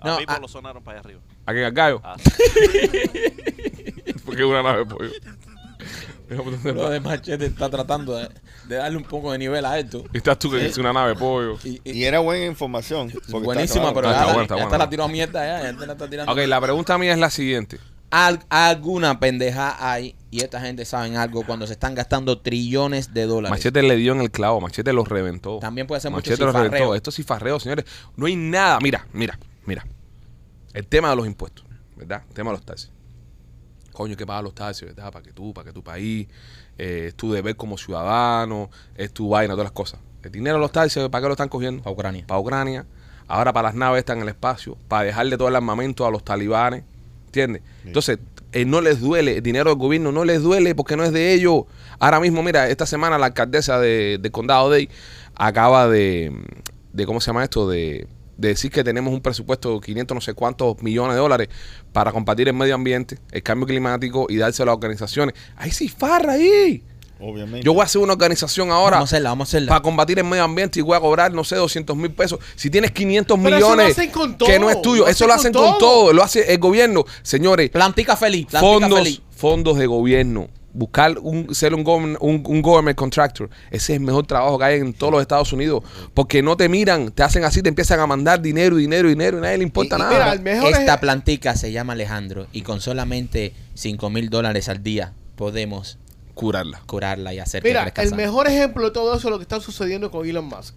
A
No,
mí
ah.
lo sonaron para allá arriba.
Aquí en el gallo.
Ah,
Porque es una nave de pollo. Mira, puta, se
Lo
va.
de Machete está tratando de, de darle un poco de nivel a esto.
Y estás tú que dices una nave de pollo.
Y, y-
Y era buena información. porque está
buenísima,
claro.
pero
Ah,
ya,
está
la-
buena, está
ya
buena.
está la tiró a mierda ya. ya te la está tirando.
Ok, la pregunta mía es la siguiente.
Al- alguna pendeja hay y esta gente saben algo cuando se están gastando trillones de dólares.
Machete le dio en el clavo, Machete lo reventó.
También puede ser mucho
Machete lo
cifarreo.
reventó. Esto es cifarreo, señores. No hay nada. Mira, mira, mira. El tema de los impuestos, ¿verdad? El tema de los taxis. Coño, hay que pagar los taxis, ¿verdad? Para que tú, para que tu país, eh, es tu deber como ciudadano, es tu vaina, todas las cosas. El dinero de los taxis, ¿para qué lo están cogiendo?
Para Ucrania.
Para Ucrania. Ahora para las naves están en el espacio, para dejarle todo el armamento a los talibanes. ¿Entiendes? Entonces, eh, no les duele, el dinero del gobierno no les duele porque no es de ellos. Ahora mismo, mira, esta semana la alcaldesa de, de Condado Day acaba de, de, ¿cómo se llama esto? De, de decir que tenemos un presupuesto de 500 no sé cuántos millones de dólares para combatir el medio ambiente, el cambio climático y dárselo a organizaciones. ¡Ay, sí, farra ahí!
Obviamente.
Yo voy a hacer una organización ahora
vamos a hacerla, vamos a hacerla.
para combatir el medio ambiente y voy a cobrar, no sé, 200 mil pesos. Si tienes 500
Pero eso lo
millones,
hacen con
que
todo.
no es tuyo,
Lo
eso lo hacen con todo. lo hace el gobierno. Señores,
Plantica feliz, plantica
fondos,
feliz.
fondos de gobierno. Buscar un, ser un, govern- un, un government contractor. Ese es el mejor trabajo que hay en todos los Estados Unidos. Porque no te miran, te hacen así, te empiezan a mandar dinero, dinero, dinero y nadie le importa
Y- y
nada.
mira, el mejor
Esta
es-
plantica se llama Alejandro y con solamente 5 mil dólares al día podemos
Curarla.
curarla y hacer
Mira,
que
el
crezca sana.
mejor ejemplo de todo eso es lo que está sucediendo con Elon Musk.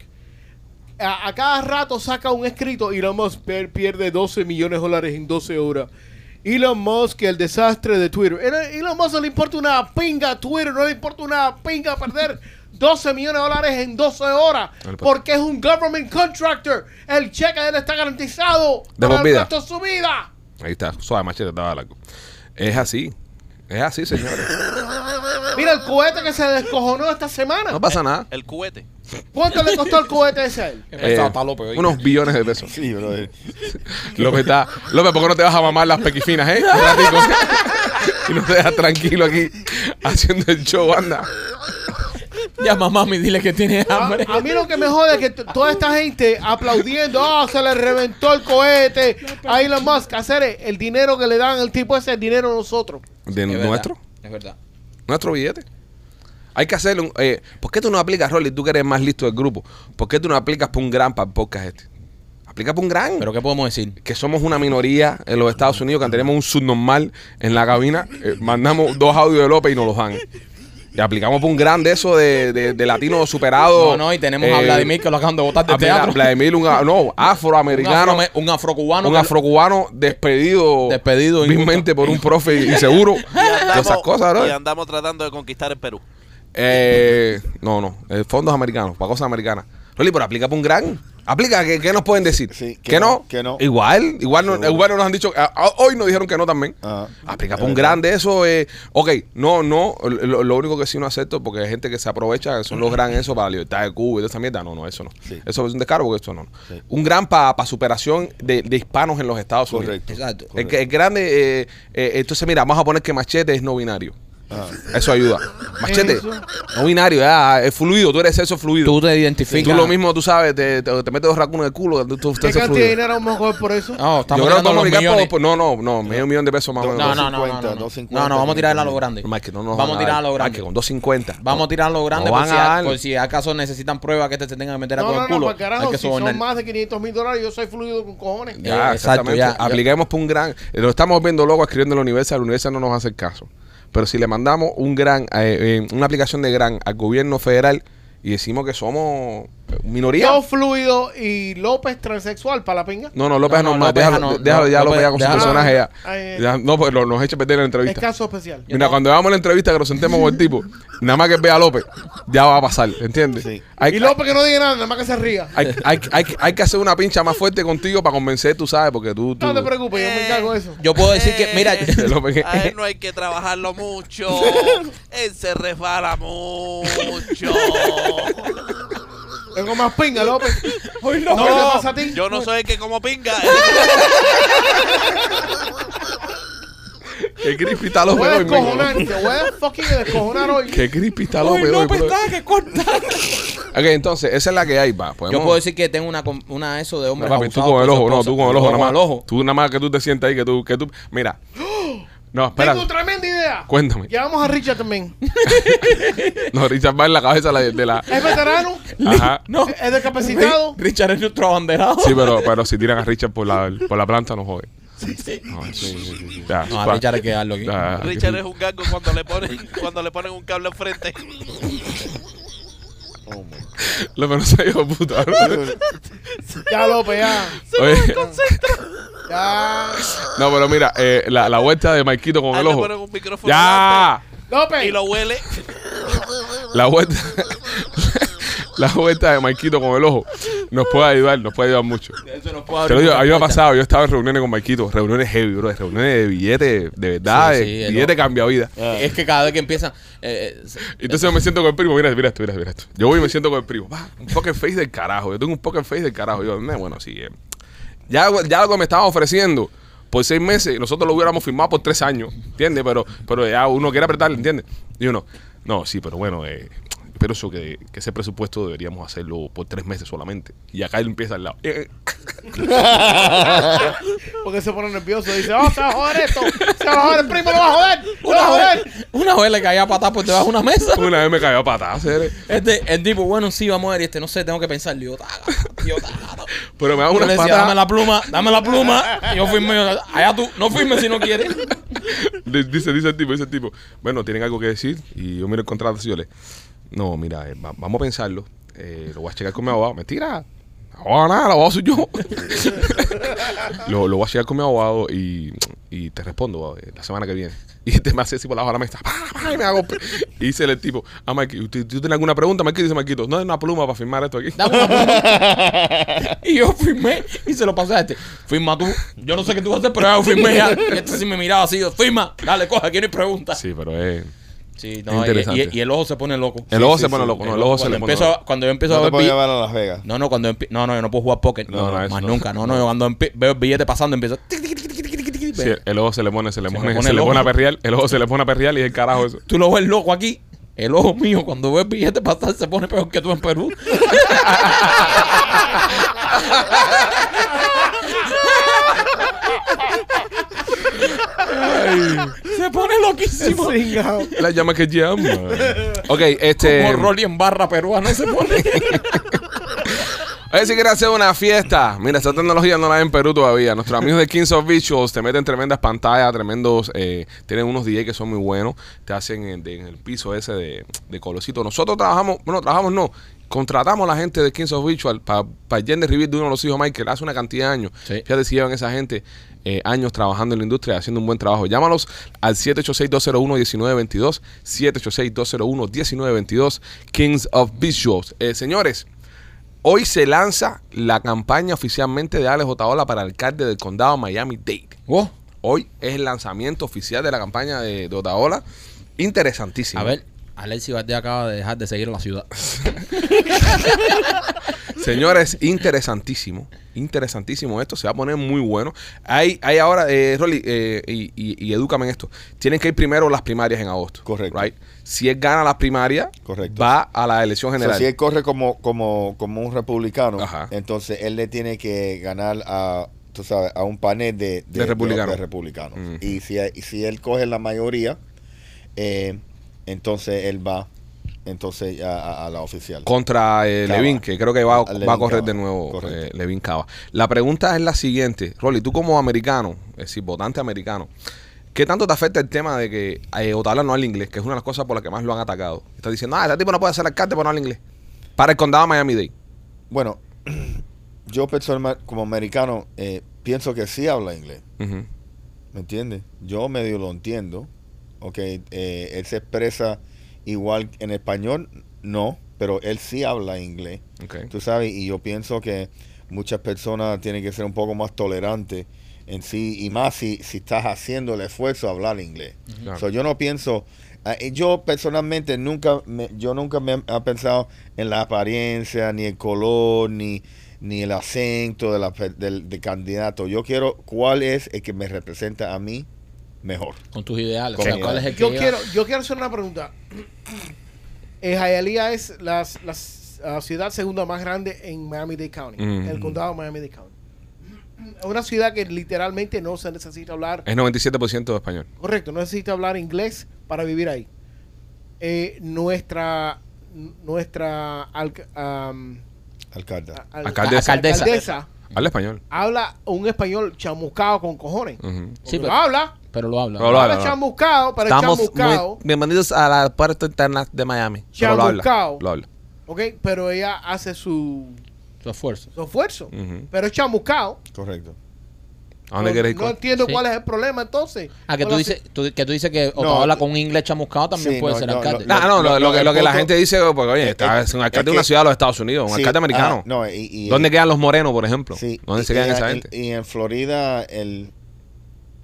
A, a cada rato saca un escrito, Elon Musk per- pierde 12 millones de dólares en 12 horas. Elon Musk, el desastre de Twitter. Era- Elon Musk no le importa una pinga a Twitter, no le importa una pinga perder 12 millones de dólares en 12 horas.
No le importa.
Porque es un government contractor. El cheque de él está garantizado
De por
para el
vida.
resto de su vida.
Ahí está, suave machete, estaba largo. Es así, es así, señores.
Mira el cohete que se descojonó esta semana.
No pasa nada.
el cubete.
¿Cuánto le costó el cohete ese a él?
Eh, unos billones de pesos.
Sí, brother.
López está. López, ¿por qué no te vas a mamar las pequifinas, eh? Un ratico. y no te dejas tranquilo aquí haciendo el show, anda.
Llama a mami, dile que tiene
Ah,
hambre.
A, a mí lo que me jode es que t- toda esta gente aplaudiendo, ah, se le reventó el cohete. A Elon Musk, hacer el dinero que le dan al tipo ese, el dinero de nosotros.
¿De
Es verdad,
nuestro?
Es verdad.
¿Nuestro billete? Hay que hacerle un. eh, ¿Por qué tú no aplicas, Rolly? Tú que eres más listo del grupo. ¿Por qué tú no aplicas para un gran para el podcast este? Aplica para un gran.
Pero ¿qué podemos decir?
que somos una minoría en los Estados Unidos, que tenemos un subnormal en la cabina, eh, mandamos dos audios de López y nos los dan. Y aplicamos por un gran de eso de, de, de latino superado.
No, no, y tenemos a
eh,
Vladimir que lo acaban de botar
Ah,
del
mira,
teatro.
Vladimir, un, a- no,
Un,
afroamericano,
afro- un afrocubano.
un
que-
afrocubano despedido,
Despedido,
vilmente
injusto.
por un profe y seguro.
Y andamos,
Todas esas cosas,
y
¿no?
andamos tratando de conquistar el Perú.
Eh, no, no, eh, fondos americanos, para cosas americanas. Loli, pero aplica por un gran. Aplica, ¿qué, qué nos pueden decir?
Sí,
que, no,
que no.
Igual, igual, no,
Seguro.
igual no nos han dicho, a- a- hoy nos dijeron que no también.
Ah,
Aplica
es
por un
verdad.
grande eso. Eh, ok, no, no. Lo, lo único que sí no acepto porque hay gente que se aprovecha, son los grandes eso para la libertad de Cuba y toda esa mierda. No, no, eso no.
Sí.
Eso es un descaro porque eso no. no.
Sí.
Un gran para superación de, de hispanos en los Estados Unidos.
Correcto.
Exacto.
El, que- el grande. eh, eh, entonces, mira, vamos a poner que Machete es no binario.
Ah.
Eso ayuda. Machete,
Eso.
no binario, ya, es fluido, tú eres eso fluido.
Tú
Tú,
te identificas.
lo mismo, tú sabes, te, te- te metes dos racunos de culo. Tú, tú- tú
¿Qué
eres
cantidad de
fluido.
dinero vamos a coger por eso?
No, estamos
Yo creo que
tirando
vamos a
los
aplicar
millones.
por, por- No, no, no, medio millón de pesos más o menos.
No, no, no,
250,
no, no, no.
250,
no, no, vamos a tirarla a lo
500.
grande.
Mike, no nos van
vamos a tirar a lo
dar.
grande.
Mike, con 250.
Vamos a tirar lo grande
No
por,
van
si
a
a-
dar.
por si acaso necesitan pruebas que te, se tengan que meter a
No,
con
no,
el
no,
culo.
para
Hay
carajo,
que
si son
sobornar.
más de 500 mil dólares, yo soy fluido con cojones.
Ya,
Eh, exacto,
exactamente.
ya, ya.
Apliquemos por un gran. Lo estamos viendo loco escribiendo en la universidad. La universidad no nos hace caso. Pero si le mandamos un gran, eh, eh, una aplicación de gran al gobierno federal y decimos que somos minoría.
Yo fluido y López transexual para la pinga.
No, no, López
No, no,
es normal.
López
déjalo,
no,
déjalo ya
no,
López ya con su
López, déjalo.
personaje ya.
Ay, ay, ay.
Ya, No, pues lo- nos echa a perder en la
Es
entrevista.
caso especial.
Mira, cuando hagamos la entrevista que nos sentemos con el tipo, nada más que vea a López, ya va a pasar, ¿entiendes?
Sí.
Hay,
Y López que no diga nada, nada más que se ría.
hay, hay, hay, hay que hacer una pincha más fuerte contigo para convencer, tú sabes, porque tú... tú
No te preocupes, yo me
Eh,
encargo de eso.
Yo puedo decir que, mira,
Eh,
López, que-
a él no hay que trabajarlo mucho. Él se resbala mucho.
Tengo más pinga, López. Hoy no, ¿qué te pasa a ti?
yo no soy el que como pinga.
Qué crispy está
Voy
López
a
hoy, men.
descojonar, te voy a fucking descojonar hoy.
Qué crispy está López hoy, bro.
que corta.
Ok, entonces, esa es la que hay, va. Podemos-
Yo puedo decir que tengo una, com- una eso de
No,
hombre.
papi, tú con el ojo, no, tú con el ojo, nada más.
el ojo.
Tú nada más que tú te sientas ahí, que tú, que tú... Mira. No, espera.
Tengo tremenda idea.
Cuéntame.
Llevamos a Richard también.
No, Richard va en la cabeza de la- de la...
Es veterano,
Ajá.
No.
es discapacitado.
Richard es nuestro abanderado.
Sí, pero, pero si tiran a Richard por la, por la planta, no jode. No, Ya,
No,
pa-
a Richard hay que darlo aquí.
ya,
Richard es un gango cuando le ponen, cuando le ponen un cable enfrente.
Lo menos se dijo puta. ¿no?
Ya, López, ya.
Oye,
Ya.
no, pero mira, eh, la, la vuelta de Marquito con
Ah,
A
el
él le
ojo.
ponen un micrófono.
¡Ya!
López.
delante Y lo huele.
La vuelta. La vuelta de Marquito con el ojo nos puede ayudar, nos puede ayudar mucho.
Eso no puedo
Te lo
abrir
digo,
una
a mí me ha
puerta.
pasado, yo estaba en reuniones con Marquito, reuniones heavy, bro, reuniones de billetes, de verdad,
Sí,
de
sí, el
billete
ojo.
cambia vida.
Es que cada vez que empiezan. eh, eh,
Entonces yo me siento con el primo, mira, mira esto, mira, mira esto. Yo voy y me siento con el primo. Va, un poker face del carajo. Yo tengo un poker face del carajo. Yo, "Nah, bueno, sí. eh, Ya, algo- ya algo me estaban ofreciendo por seis meses, nosotros lo hubiéramos firmado por tres años, ¿entiendes? Pero, pero ya uno quiere apretarle, ¿entiendes? Y uno, no, sí, pero bueno, eh, pero eso que, que ese presupuesto deberíamos hacerlo por tres meses solamente. Y acá él empieza al lado. "Eh, eh".
Porque se pone nervioso. Dice, oh, se va a joder esto. Se va a joder, el primo lo va a joder. Lo va a joder.
Una vez le caía a patar por debajo de una mesa.
Una vez me cayó a patadas, ¿eh?
Este, el tipo, bueno, sí, vamos a ver. Y este, no sé, tengo que pensar. Yo, taca, yo, taca.
pero me da
Yo le
Ah, una
decía, dame
patada.
la pluma, dame la pluma. Y yo firme. yo, allá tú, no firme si no quieres.
Dice, dice el tipo, dice el tipo, bueno, tienen algo que decir. Y yo miro el contrato y yo le, no, mira, eh, va- vamos a pensarlo. Eh, lo voy a checar con mi abogado. Mentira. Abogado nada, el abogado soy yo. lo, lo voy a checar con mi abogado y, y te respondo eh, la semana que viene. Y te me hace así por la hoja de la mesa. pa, pa, y me hago- Y dice el tipo, ah, Marquito, ¿tú, tú tienes alguna pregunta? Marquito dice, Marquito, no hay una pluma para firmar esto aquí.
Dame una pluma. Y yo firmé y se lo pasé a este. Firma tú. Yo no sé qué tú vas a hacer, pero yo firmé ya. Y este sí me miraba así. Yo, firma, dale, coja, aquí no hay preguntas.
Sí, pero eh,
Sí,
Es
no, y,
interesante.
y- y el ojo se pone loco.
el ojo
sí,
se
sí.
pone loco. No, el
ojo
ojo se
cuando,
le pone
empiezo,
loco.
cuando yo empiezo a
No te
ver
puedo
bi-
llevar a Las Vegas.
No, no, cuando empie- No, no, yo no puedo jugar póker.
No, no,
más
eso no.
nunca. No, no, yo cuando empie- veo billete pasando empiezo. tic, tic, tic, tic, tic, tic, tic,
Sí,
ve.
el ojo se le pone, se le
Se me
pone,
pone
se le
loco.
pone a perrear, el ojo se le pone a perrear y el carajo eso.
Tú lo ves loco aquí. El ojo mío, cuando veo el billete pasar, se pone peor que tú en Perú. se pone loquísimo.
Cingao.
La llama que llama. ok, este.
Como Rolly en barra peruana se pone.
Oye, si quieres hacer una fiesta, mira, esta tecnología no la hay en Perú todavía. Nuestros amigos de Kings of Visuals te meten tremendas pantallas, tremendos. eh, tienen unos DJ que son muy buenos. Te hacen en, de- en el piso ese de, de colorcito. Nosotros trabajamos, bueno, trabajamos no. Contratamos a la gente de Kings of Visual para el gender reveal de uno de los hijos de Michael hace una cantidad de años.
Sí.
Fíjate si llevan esa gente eh, años trabajando en la industria, haciendo un buen trabajo. Llámalos al 786-201-1922, 786-201-1922, Kings of Visuals. Eh, señores, Hoy se lanza la campaña oficialmente de Alex Otaola para alcalde del condado Miami-Dade.
Oh,
Hoy es el lanzamiento oficial de la campaña de, de Otaola. Interesantísimo.
a ver, Alexi Valdés acaba de dejar de seguir a la ciudad.
Señores, interesantísimo. Interesantísimo esto. Se va a poner muy bueno. Hay, hay ahora, eh, Rolly, eh, y, y, y edúcame en esto. Tienen que ir primero las primarias en agosto.
Correcto.
right? Si él gana las primarias,
Correcto.
va a la elección
O sea,
general.
si él corre como, como, como un republicano,
Ajá.
entonces él le tiene que ganar a, tú sabes, a un panel de,
De republicanos.
de republicanos.
Mm.
Y, si, y si él coge la mayoría, eh, entonces él va entonces a, a- a la oficial.
contra eh,
Cava.
Levin, que creo que va,
A- a
va a
Levin
correr
Cava,
de nuevo
correcto.
eh, Levin Cava. La pregunta es la siguiente, Rolly, tú como americano, es decir, votante americano, ¿qué tanto te afecta el tema de este que eh, Otala no habla inglés, que es una de las cosas por las que más lo han atacado? Estás diciendo, ah, ese tipo no puede ser alcalde por no hablar inglés. Para el condado de Miami-Dade.
Bueno, yo personalmente, como americano, eh, pienso que sí habla inglés.
Ujú.
¿Me entiendes? Yo medio lo entiendo. Ok, eh, él se expresa igual en español, no, pero él sí habla inglés.
Ok.
Tú sabes, y yo pienso que muchas personas tienen que ser un poco más tolerantes en sí, y más si, si estás haciendo el esfuerzo de hablar inglés.
Claro.
So, yo no pienso, ah, eh, yo personalmente nunca, me, yo nunca me he pensado en la apariencia, ni el color, ni, ni el acento de la per- del, del candidato. Yo quiero cuál es el que me representa a mí mejor.
Con tus ideales.
Con
o sea,
mi
¿cuál es
ideal.
el que
Yo
iba-
quiero, yo quiero hacer una pregunta. Eh, Hialeah es la, la ciudad segunda más grande en Miami-Dade County,
Mm.
el condado de Miami-Dade County. Es una ciudad que literalmente no se necesita hablar,
Es 97% de español.
correcto, no necesita hablar inglés para vivir ahí. Eh, nuestra nuestra alca- am,
Alcalde.
a- al-
Alcaldesa.
alcaldesa
Alcaldesa.
Habla español.
habla un español chamuscado con cojones.
Ujú.
Sí,
Porque
pero-
lo habla,
Pero lo habla.
Pero lo habla,
habla
¿no?
chamuscado, pero es
Estamos
chamuscado.
muy bienvenidos a la puerta interna de Miami.
Pero lo habla.
Chamuscao.
Lo habla.
¿ok? Pero ella hace su,
Su esfuerzo.
su esfuerzo.
Ujú.
Pero es chamuscado.
Correcto.
¿A dónde
no,
quieres ir
no
con-
entiendo
Sí.
cuál es el problema entonces.
Ah, que
Con
tú
la-
dices, tú- que tú dices que o
No,
habla
no.
con un inglés chamuscado también
Sí,
puede
no,
ser
no,
alcalde.
Nah, Ah, no, lo,
Lo-
lo que, lo que la
el punto-
gente dice, porque oye,
es-
está-
es-
es un alcalde
es
de una
que-
ciudad de los Estados Unidos, un
Sí,
alcalde americano.
ah, no, y- y-
¿Dónde quedan los morenos, por ejemplo?
Sí,
¿Dónde
y-
se quedan
y-
esa
y-
gente?
Y en Florida el,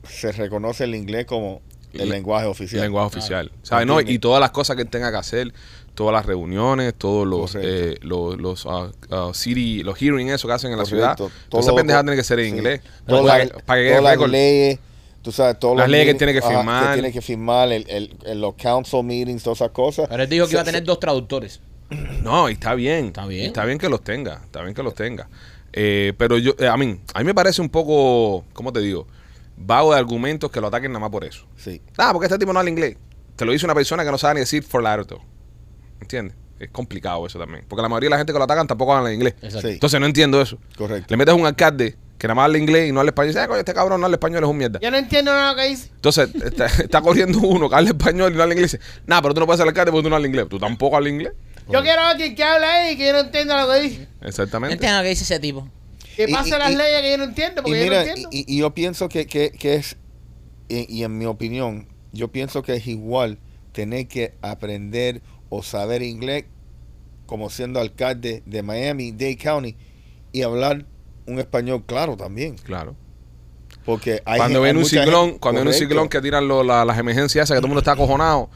se reconoce el inglés como el
Le-
lenguaje
El
oficial.
lenguaje oficial. ¿sabes? No, y
Entiende.
todas las cosas que él tenga que hacer, todas las reuniones, todos los
Correcto.
eh, los, los, ah, ah, city, los hearings eso que hacen en la
Correcto.
ciudad.
Todo
Toda esa
lo-
pendejada tiene que ser en
sí.
inglés.
Todas
Para
las-
que- para que
todas
quede
las
récord.
leyes, tú sabes, todas
Las leyes que
meetings,
tiene que
ajá,
firmar.
tiene que firmar, el- el- el- los council meetings, todas esas cosas.
Pero él dijo que
Se-
iba a tener dos traductores.
No, y está bien.
Está bien.
Y Está bien que los tenga. Está bien que los tenga. Eh, pero yo, eh, a mí, a mí me parece un poco, ¿cómo te digo? Vago de argumentos que lo ataquen nada más por eso.
se- sí.
Ah, porque este tipo no habla inglés. Te lo dice una persona que no sabe ni decir for Lauderdale. ¿Entiendes? Es complicado eso también. Porque la mayoría de la gente que lo atacan tampoco habla inglés.
Exacto.
Sí.
Entonces no entiendo eso.
Correcto.
Le metes un alcalde que nada más habla inglés y no habla español. Y dice, "Ah, coño, este cabrón no habla español, es un mierda.
Yo no entiendo nada que dice.
Entonces está, está corriendo uno que habla español y no habla inglés. Y dice, Nah, pero tú no puedes ser alcalde porque tú no hablas inglés. Tú tampoco hablas inglés.
Yo quiero a alguien que hable ahí que yo no entienda lo que dice.
No
Exactamente.
entiendo lo que dice ese tipo.
Que
Y-
pase
y-
las
y-
leyes que yo no entiendo
Y
porque yo
mira,
no entiendo.
y, y yo pienso que, que- que es, y, y en mi opinión, yo pienso que es igual tener que aprender o saber inglés como siendo alcalde de Miami, Dade County, y hablar un español claro también.
Claro.
Porque hay
cuando
gen- hay
viene un
mucha
ciclón,
gente-
cuando viene un
Correcto.
ciclón que tiran lo- la- las emergencias esas que todo el mundo está acojonado,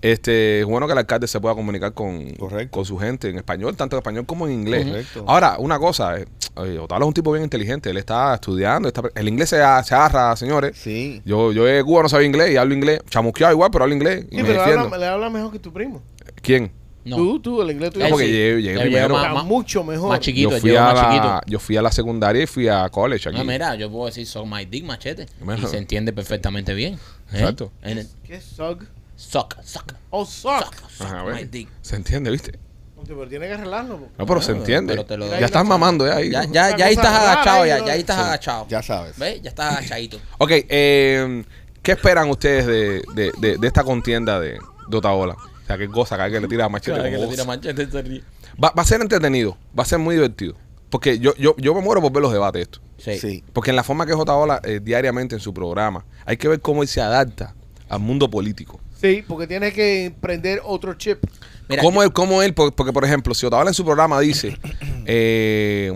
este, es bueno que el alcalde se pueda comunicar con,
Correcto.
con su gente en español, tanto en español como en inglés.
Correcto.
Ahora, una cosa, eh, oye, Otalo es un tipo bien inteligente, él está estudiando, está- el inglés se, a- se agarra, señores.
Sí.
Yo, yo de Cuba no sabía inglés y hablo inglés, chamusqueado igual, pero hablo inglés y
Sí,
me
pero
defiendo.
habla, le habla mejor que tu primo.
¿Quién?
No.
Tú, tú, el inglés tuyo
No,
Él
porque
sí.
llegué, llegué
Él
primero.
llegó
está
más-
mucho mejor.
más chiquito,
yo, fui
llegó
a
más
la,
chiquito.
yo fui a la secundaria y fui a college aquí.
No, Ah, mira, yo puedo decir son my dick machete.
Bueno.
Y se entiende perfectamente bien. ¿eh?
Exacto.
En el-
¿Qué sug?
suck, suck,
Oh, suck.
suck, suck
Ajá,
my
¿ves?
dick.
Se entiende, ¿viste?
Hombre, Pero tiene que arreglarlo. porque-
No, pero se
Bueno,
entiende.
pero te lo-
ya estás mamando ya ahí.
Ya, ya, ya ahí
Una cosa
estás
rara,
agachado,
¿eh?
ya, ya ahí estás
Sí,
agachado.
ya sabes.
¿Ves? Ya estás agachadito.
Ok, eh, ¿qué esperan ustedes de, de- de- de esta contienda de, de Otaola? O sea, qué cosa, cada vez que le tira a machete.
Cada que
como
le tira
goza.
machete, se ríe.
va, va a ser entretenido, va a ser muy divertido. Porque yo, yo, yo me muero por ver los debates esto.
Sí.
Sí.
Porque en la forma que es Otaola eh, diariamente en su programa, hay que ver cómo él se adapta al mundo político.
Sí, porque tiene que prender otro chip.
Mira,
¿Cómo, él, cómo él, por- porque por ejemplo, si Otaola en su programa dice, eh,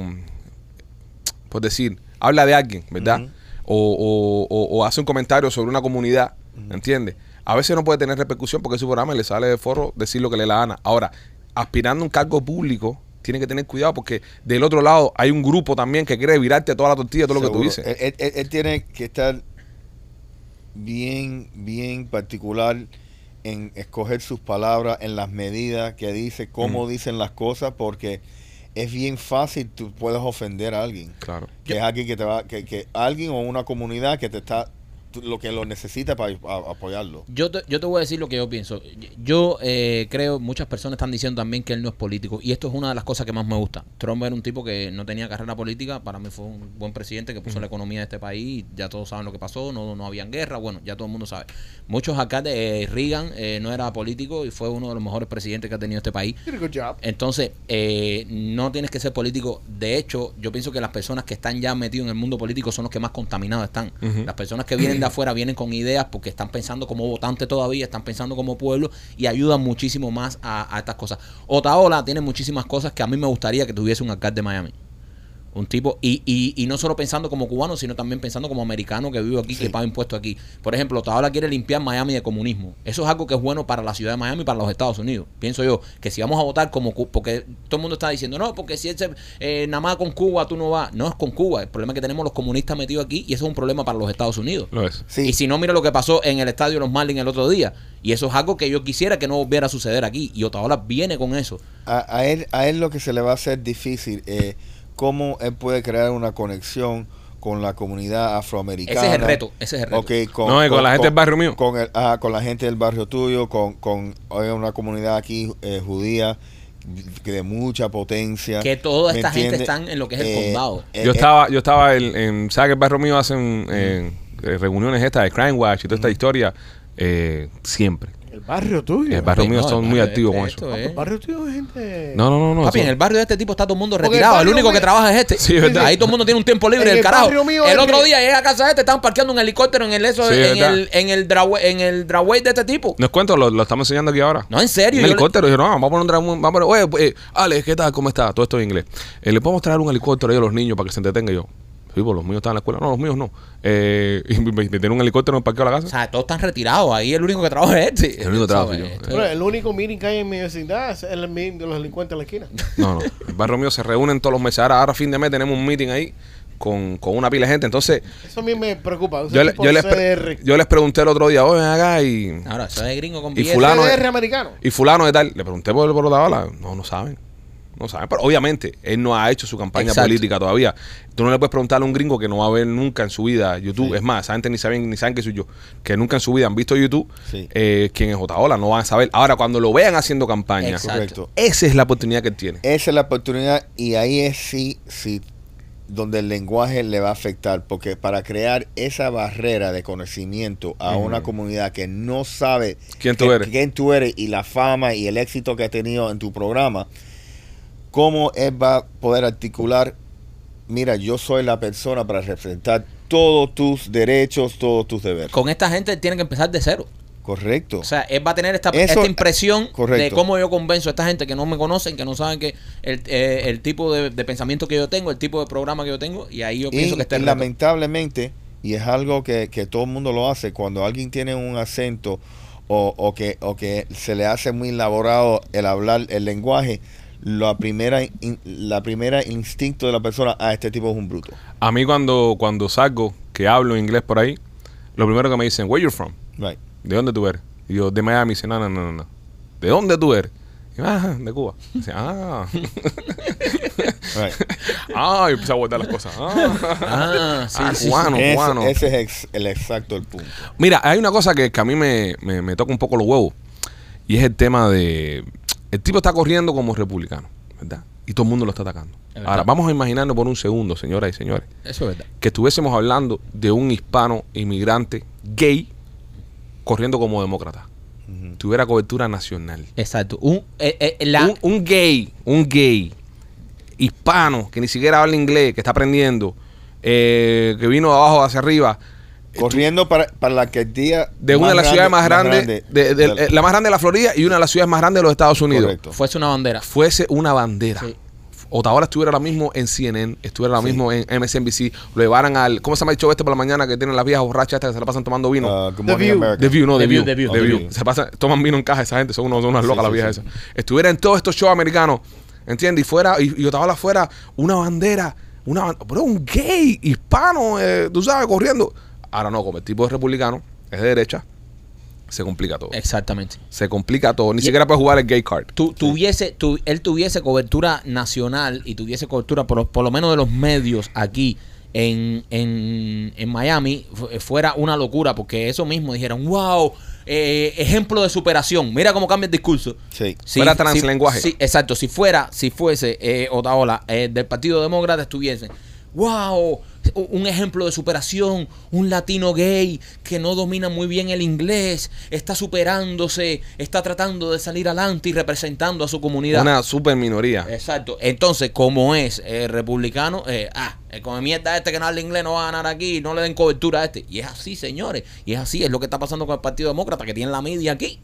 pues decir, habla de alguien, ¿verdad? o, o- o- o hace un comentario sobre una comunidad, ¿entiendes? A veces no puede tener repercusión porque en su programa le sale de forro decir lo que le la gana. Ahora, aspirando a un cargo público, tiene que tener cuidado porque del otro lado hay un grupo también que quiere virarte toda la tortilla, todo lo que tú
Seguro. Eh,
dices.
Él, él- él- él tiene que estar bien, bien particular en escoger sus palabras, en las medidas que dice,
Mm.
cómo dicen las cosas, porque es bien fácil, tú puedes ofender a alguien.
claro.
Que es alguien que te va, que, que alguien o una comunidad que te está tú- lo que lo necesita para a- apoyarlo.
Yo te, yo te voy a decir lo que yo pienso. Yo eh, creo, muchas personas están diciendo también que él no es político. Y esto es una de las cosas que más me gusta. Trump era un tipo que no tenía carrera política. Para mí fue un buen presidente que puso la economía de este país. Ya todos saben lo que pasó. No, no habían guerra. Bueno, ya todo el mundo sabe. Muchos alcaldes, eh, Reagan eh, no era político y fue uno de los mejores presidentes que ha tenido este país.
Did a good job.
Entonces, eh, no tienes que ser político. De hecho, yo pienso que las personas que están ya metidos en el mundo político son los que más contaminados están. Las personas que vienen de afuera vienen con ideas porque están pensando como votante todavía, están pensando como pueblo y ayudan muchísimo más a, a estas cosas. Otaola tiene muchísimas cosas que a mí me gustaría que tuviese un alcalde de Miami. Un tipo, y, y, y no solo pensando como cubano, sino también pensando como americano que vive aquí, que paga impuestos aquí. Por ejemplo, Taola quiere limpiar Miami de comunismo. Eso es algo que es bueno para la ciudad de Miami y para los Estados Unidos. Pienso yo, que si vamos a votar como cu- porque todo el mundo está diciendo, no, porque si ese, eh, nada más con Cuba tú no vas. No es con Cuba. El problema es que tenemos los comunistas metidos aquí y eso es un problema para los Estados Unidos.
Lo es.
Sí.
Y si no, mira lo que pasó en el estadio de los Marlins el otro día. Y eso es algo que yo quisiera que no volviera a suceder aquí. Y Otaola viene con eso.
A, a él, a él lo que se le va a hacer difícil es cómo él puede crear una conexión con la comunidad afroamericana.
Ese es el reto, ese es el reto.
Ok, con,
No, y con la gente del barrio mío.
Con, el- ajá, con la gente del barrio tuyo, con, con oye, una comunidad aquí eh, judía que de mucha potencia.
Que toda
¿me
esta gente
entiendes?
están en lo que es el condado.
eh,
yo
eh,
estaba, yo estaba en, en- ¿sabes que el barrio mío hacen eh, eh, reuniones estas de Crime Watch y toda esta historia? Eh, siempre.
El barrio tuyo.
El barrio
Sí,
mío
no,
son
el
muy
barrio
activos
este,
con
esto
eso.
es-
El Ah, pues, barrio tuyo es gente.
No, no, no, no.
Papi,
eso-
en el barrio de este tipo está todo el mundo
Porque el
retirado. El
barrio
único que
mío-
trabaja es este.
Sí, es verdad.
Ahí todo el mundo tiene un tiempo libre
En
del
el
carajo.
barrio mío
el
es
otro
que-
día llega a casa de este, están parqueando un helicóptero en el eso,
Sí, es
en,
verdad.
el, en el driveway, en el driveway de este tipo.
No es cuento, lo, lo estamos enseñando aquí ahora.
No, en serio,
Un
yo le-
helicóptero. Yo, no, vamos a poner un dra- un- vamos a poner- oye, eh, Ale, ¿qué tal? ¿Cómo está? Todo esto en inglés. Eh, ¿Le podemos traer un helicóptero ahí a los niños para que se entretengan? Y yo, sí, pues los míos están en la escuela. No, los míos no. Eh, y me, me- me tiene un helicóptero en el parqueo de la
O
casa.
sea, todos están retirados. Ahí el único que trabaja es este.
El único que trabaja
¿Sabes?
soy yo.
Bueno, el único meeting que hay en mi vecindad es el meeting de los delincuentes de la esquina.
No, no. El barrio mío se reúnen todos los meses. Ahora, ahora a fin de mes tenemos un meeting ahí con, con una pila de gente. Entonces,
Eso a mí me preocupa. Ese
yo, le-
tipo
yo, les,
CDR.
pre- yo les pregunté el otro día, oye, ven acá y,
Ahora, eso es gringo con
Y
billetes.
fulano-
CDR americano.
y fulano de tal. Le pregunté por, por la bala. No, no saben. No saben. Pero obviamente, él no ha hecho su campaña
Exacto.
política todavía. Tú no le puedes preguntar a un gringo que no va a ver nunca en su vida YouTube. Es más, esa gente ni saben, ni saben que soy yo. Que nunca en su vida han visto YouTube.
Sí.
eh, quién es Otaola. No van a saber. Ahora, cuando lo vean haciendo campaña,
Exacto.
Correcto.
esa es la oportunidad que él tiene.
Esa es la oportunidad y ahí es sí, sí, donde el lenguaje le va a afectar, porque para crear esa barrera de conocimiento a una comunidad que no sabe
¿Quién tú
que-
eres?
quién tú eres y la fama y el éxito que has tenido en tu programa, ¿cómo él va a poder articular? Mira, yo soy la persona para representar todos tus derechos, todos tus deberes.
Con esta gente tiene que empezar de cero.
Correcto.
O sea, él va a tener esta,
Eso-
esta impresión
correcto.
de cómo yo convenzo a esta gente que no me conocen, que no saben que el, eh, el tipo de, de pensamiento que yo tengo, el tipo de programa que yo tengo, y ahí yo
Y,
pienso que está
y
el reto.
lamentablemente, y es algo que, que todo el mundo lo hace, cuando alguien tiene un acento o, o que, o que se le hace muy elaborado el hablar el lenguaje, la primera, in- la primera instinto de la persona, ah, este tipo es un bruto.
A mí cuando, cuando salgo, que hablo inglés por ahí, lo primero que me dicen, where you from?
Right.
¿De dónde tú eres? Y yo, de Miami. Dice, no, no, no, no, no. ¿De dónde tú eres? Y yo, ah, de Cuba. Dice, ah.
Right.
ah, y empecé a guardar las cosas. Ah,
Ah, sí,
Ah,
sí, sí.
cubano,
Ese-
cubano.
Ese es ex- el exacto el punto.
Mira, hay una cosa que, que a mí me, me- me toca un poco los huevos. Y es el tema de... El tipo está corriendo como republicano, ¿verdad? Y todo el mundo lo está atacando.
verdad.
Ahora, vamos a imaginarnos por un segundo, señoras y señores,
Eso es verdad.
que estuviésemos hablando de un hispano inmigrante gay corriendo como demócrata. Tuviera cobertura nacional.
Exacto. Un, eh, eh, la-
un, un gay, un gay hispano que ni siquiera habla inglés, que está aprendiendo, eh, que vino de abajo hacia arriba,
Corriendo para, para la alcaldía
de una de las ciudades más grandes, de- de-
del-
la más grande de la Florida y una de las ciudades más grandes de los Estados Unidos,
Correcto.
fuese una bandera.
fuese una bandera.
Sí.
Otaola estuviera ahora mismo en CNN, estuviera ahora mismo en MSNBC, lo llevaran al, ¿cómo se llama el show este por la mañana que tienen las viejas borrachas estas que se la pasan tomando vino?
Ah, Good
The
Morning
View.
America.
The View, no, The,
The
View.
View, The View.
The
The
View.
View.
Se pasan, toman vino en caja esa gente, son, unos- son unas locas las
sí,
viejas esas. Estuviera en todos estos shows americanos, ¿entiendes? Y fuera, y, y Otavala fuera una bandera, una ban- bro, un gay hispano, eh, tú sabes, corriendo. Ahora no, como el tipo es republicano, es de derecha, se complica todo.
Exactamente.
Se complica todo. Ni siquiera puede jugar el gay card.
Tu- tuviese, tu- él tuviese cobertura nacional y tuviese cobertura por, lo- por lo menos de los medios aquí en, en, en Miami fu- eh, fuera una locura, porque eso mismo dijeron, wow, eh, ejemplo de superación, mira cómo cambia el discurso.
Sí.
Fuera translenguaje.
sí, exacto, si fuera, si fuese eh, Otaola eh, del Partido Demócrata estuviese, wow, un ejemplo de superación, un latino gay que no domina muy bien el inglés, está superándose, está tratando de salir adelante y representando a su comunidad.
Una super minoría.
Ah.
Exacto. Entonces, como es eh, republicano, eh, ah, eh, con el mierda este que no habla inglés no va a ganar aquí, no le den cobertura a este. Y es así, señores. Y es así, es lo que está pasando con el Partido Demócrata, que tienen la media aquí.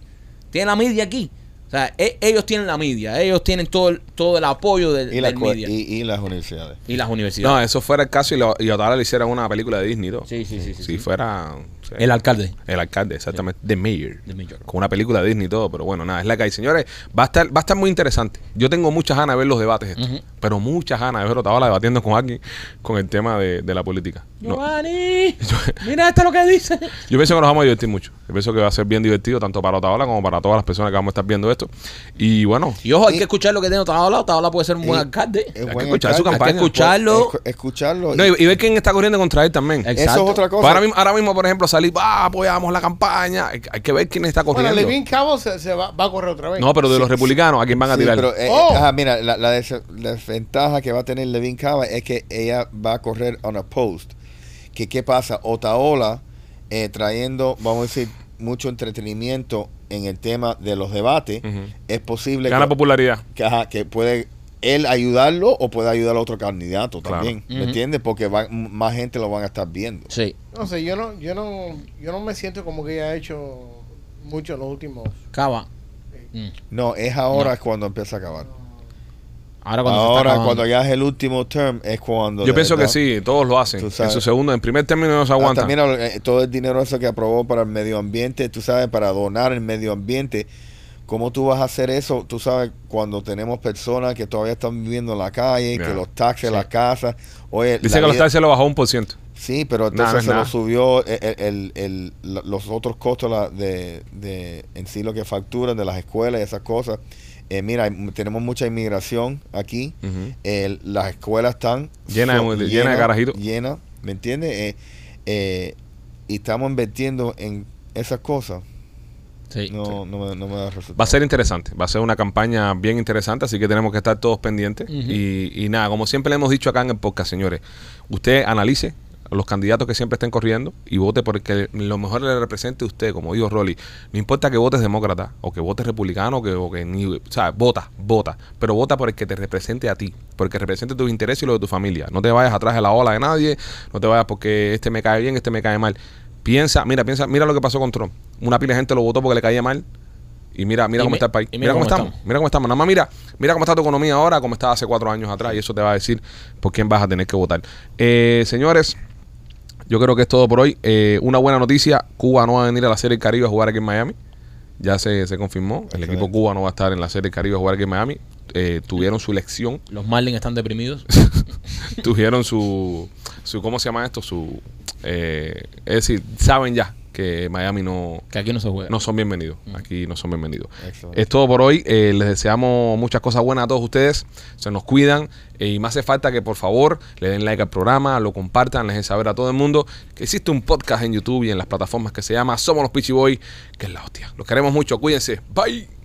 Tienen la media aquí. O sea, e- ellos tienen la media, ellos tienen todo el, todo el apoyo del,
Y, las
del
co-
media. Y,
y, y las universidades.
las
No,
universidades.
eso fuera el caso y, lo, y Otala le hicieran una película de Disney, ¿no?
sí, sí, sí, sí,
si
sí.
fuera sí.
El alcalde.
El alcalde, exactamente. The Mayor.
The Mayor.
Con una película de Disney y todo, pero bueno, nada, es la que hay. Señores, va a estar, va a estar muy interesante. Yo tengo muchas ganas de ver los debates estos, pero muchas ganas de ver Otavalo debatiendo con alguien con el tema de, de la política. No,
Giovanni, mira esto lo que dice.
yo pienso que nos vamos a divertir mucho. Yo pienso que va a ser bien divertido tanto para Otavalo como para todas las personas que vamos a estar viendo esto. Y bueno,
Y ojo, hay que escuchar lo que tiene Otaola. Otaola puede ser un buen
Y- eh,
alcalde.
Es
que
buen
escuchar su
Hay
alcalde.
que
campaña.
escucharlo.
Escu- escucharlo. y-
no, y, y ver quién está corriendo contra él también.
eso es
Exacto.
otra cosa.
Ahora mismo, ahora mismo, por ejemplo, salir, ah, apoyamos la campaña. Hay, hay que ver quién está
Bueno,
corriendo.
Levin Cabo se, se va, va a correr otra vez.
no, pero de los
Sí,
republicanos, ¿a quién van a
Sí,
tirar?
pero, eh,
Oh.
ajá, mira, la, la des- la desventaja que va a tener Levin Cava es que ella va a correr on a post. Que, ¿Qué pasa? Otaola eh, trayendo, vamos a decir, mucho entretenimiento en el tema de los debates.
Ujú.
Es posible
Gana
que,
popularidad.
que, ajá, que puede él ayudarlo o puede ayudar a otro candidato
Claro.
también. ¿Me
Ujú.
entiendes? Porque va- m- más gente lo van a estar viendo.
Sí.
No sé, yo no, yo no, yo no me siento como que ella ha hecho mucho en los últimos.
Cava.
No, es ahora cuando empieza a acabar.
Ahora cuando se está
Ahora,
acabando.
cuando ya es el último term, es cuando.
Yo
de
pienso que
verdad-
sí, todos lo hacen.
Tú
En
sabes.
su segundo, en primer término no se
Ah,
aguantan.
También eh, todo el dinero eso que aprobó para el medio ambiente, tú sabes, para donar el medio ambiente. ¿Cómo tú vas a hacer eso? Tú sabes, cuando tenemos personas que todavía están viviendo en la calle,
Ya.
que los taxes, las casas. Oye,
Dice
la
que los
vida-
taxis lo bajó un por ciento.
Sí, pero
Nada,
entonces
no es
se
nada.
lo subió el- el- el- la- los otros costos la- de, de en sí lo que facturan de las escuelas y esas cosas. Eh, mira, hay- tenemos mucha inmigración aquí.
Ujú.
El- las escuelas están
Llenas de
so-
mu- llenas de carajitos.
Llenas, ¿me entiendes? Eh, eh, y estamos invirtiendo en esas cosas.
Sí.
No, no, me, no me da resultado.
Va a ser interesante, va a ser una campaña bien interesante, así que tenemos que estar todos pendientes. y, y nada, como siempre le hemos dicho acá en el podcast, señores, usted analice los candidatos que siempre estén corriendo y vote por el que lo mejor le represente a usted, como dijo Rolly. No importa que votes demócrata o que votes republicano o que, o que ni... O sea, vota, vota, pero vota por el que te represente a ti, por el que represente tus intereses y los de tu familia. No te vayas atrás de la ola de nadie, no te vayas porque este me cae bien, este me cae mal. Piensa, mira, piensa, mira lo que pasó con Trump. Una pila de gente lo votó porque le caía mal, y mira, mira
Y
cómo
mi-
está el país.
y
Mira, cómo, estamos. Mira cómo estamos. Nada más mira, mira cómo está tu economía ahora, como estaba hace cuatro años atrás. Y eso te va a decir por quién vas a tener que votar. Eh, señores, yo creo que es todo por hoy. Eh, una buena noticia: Cuba no va a venir a la Serie del Caribe a jugar aquí en Miami. Ya se, se confirmó. El
Excelente.
equipo Cuba no va a estar en la Serie del Caribe a jugar aquí en Miami. Eh, tuvieron su elección,
Los Marlins están deprimidos.
tuvieron su, su. ¿Cómo se llama esto? Su. eh, es decir, saben ya que Miami no,
Que aquí no se juega.
no son bienvenidos. Aquí no son bienvenidos.
Excelente.
Es todo por hoy. Eh, les deseamos muchas cosas buenas a todos ustedes. Se nos cuidan. Eh, y más hace falta que por favor le den like al programa, lo compartan, les den saber a todo el mundo que existe un podcast en YouTube y en las plataformas que se llama Somos los Pichiboy, que es la hostia. Los queremos mucho. Cuídense. Bye.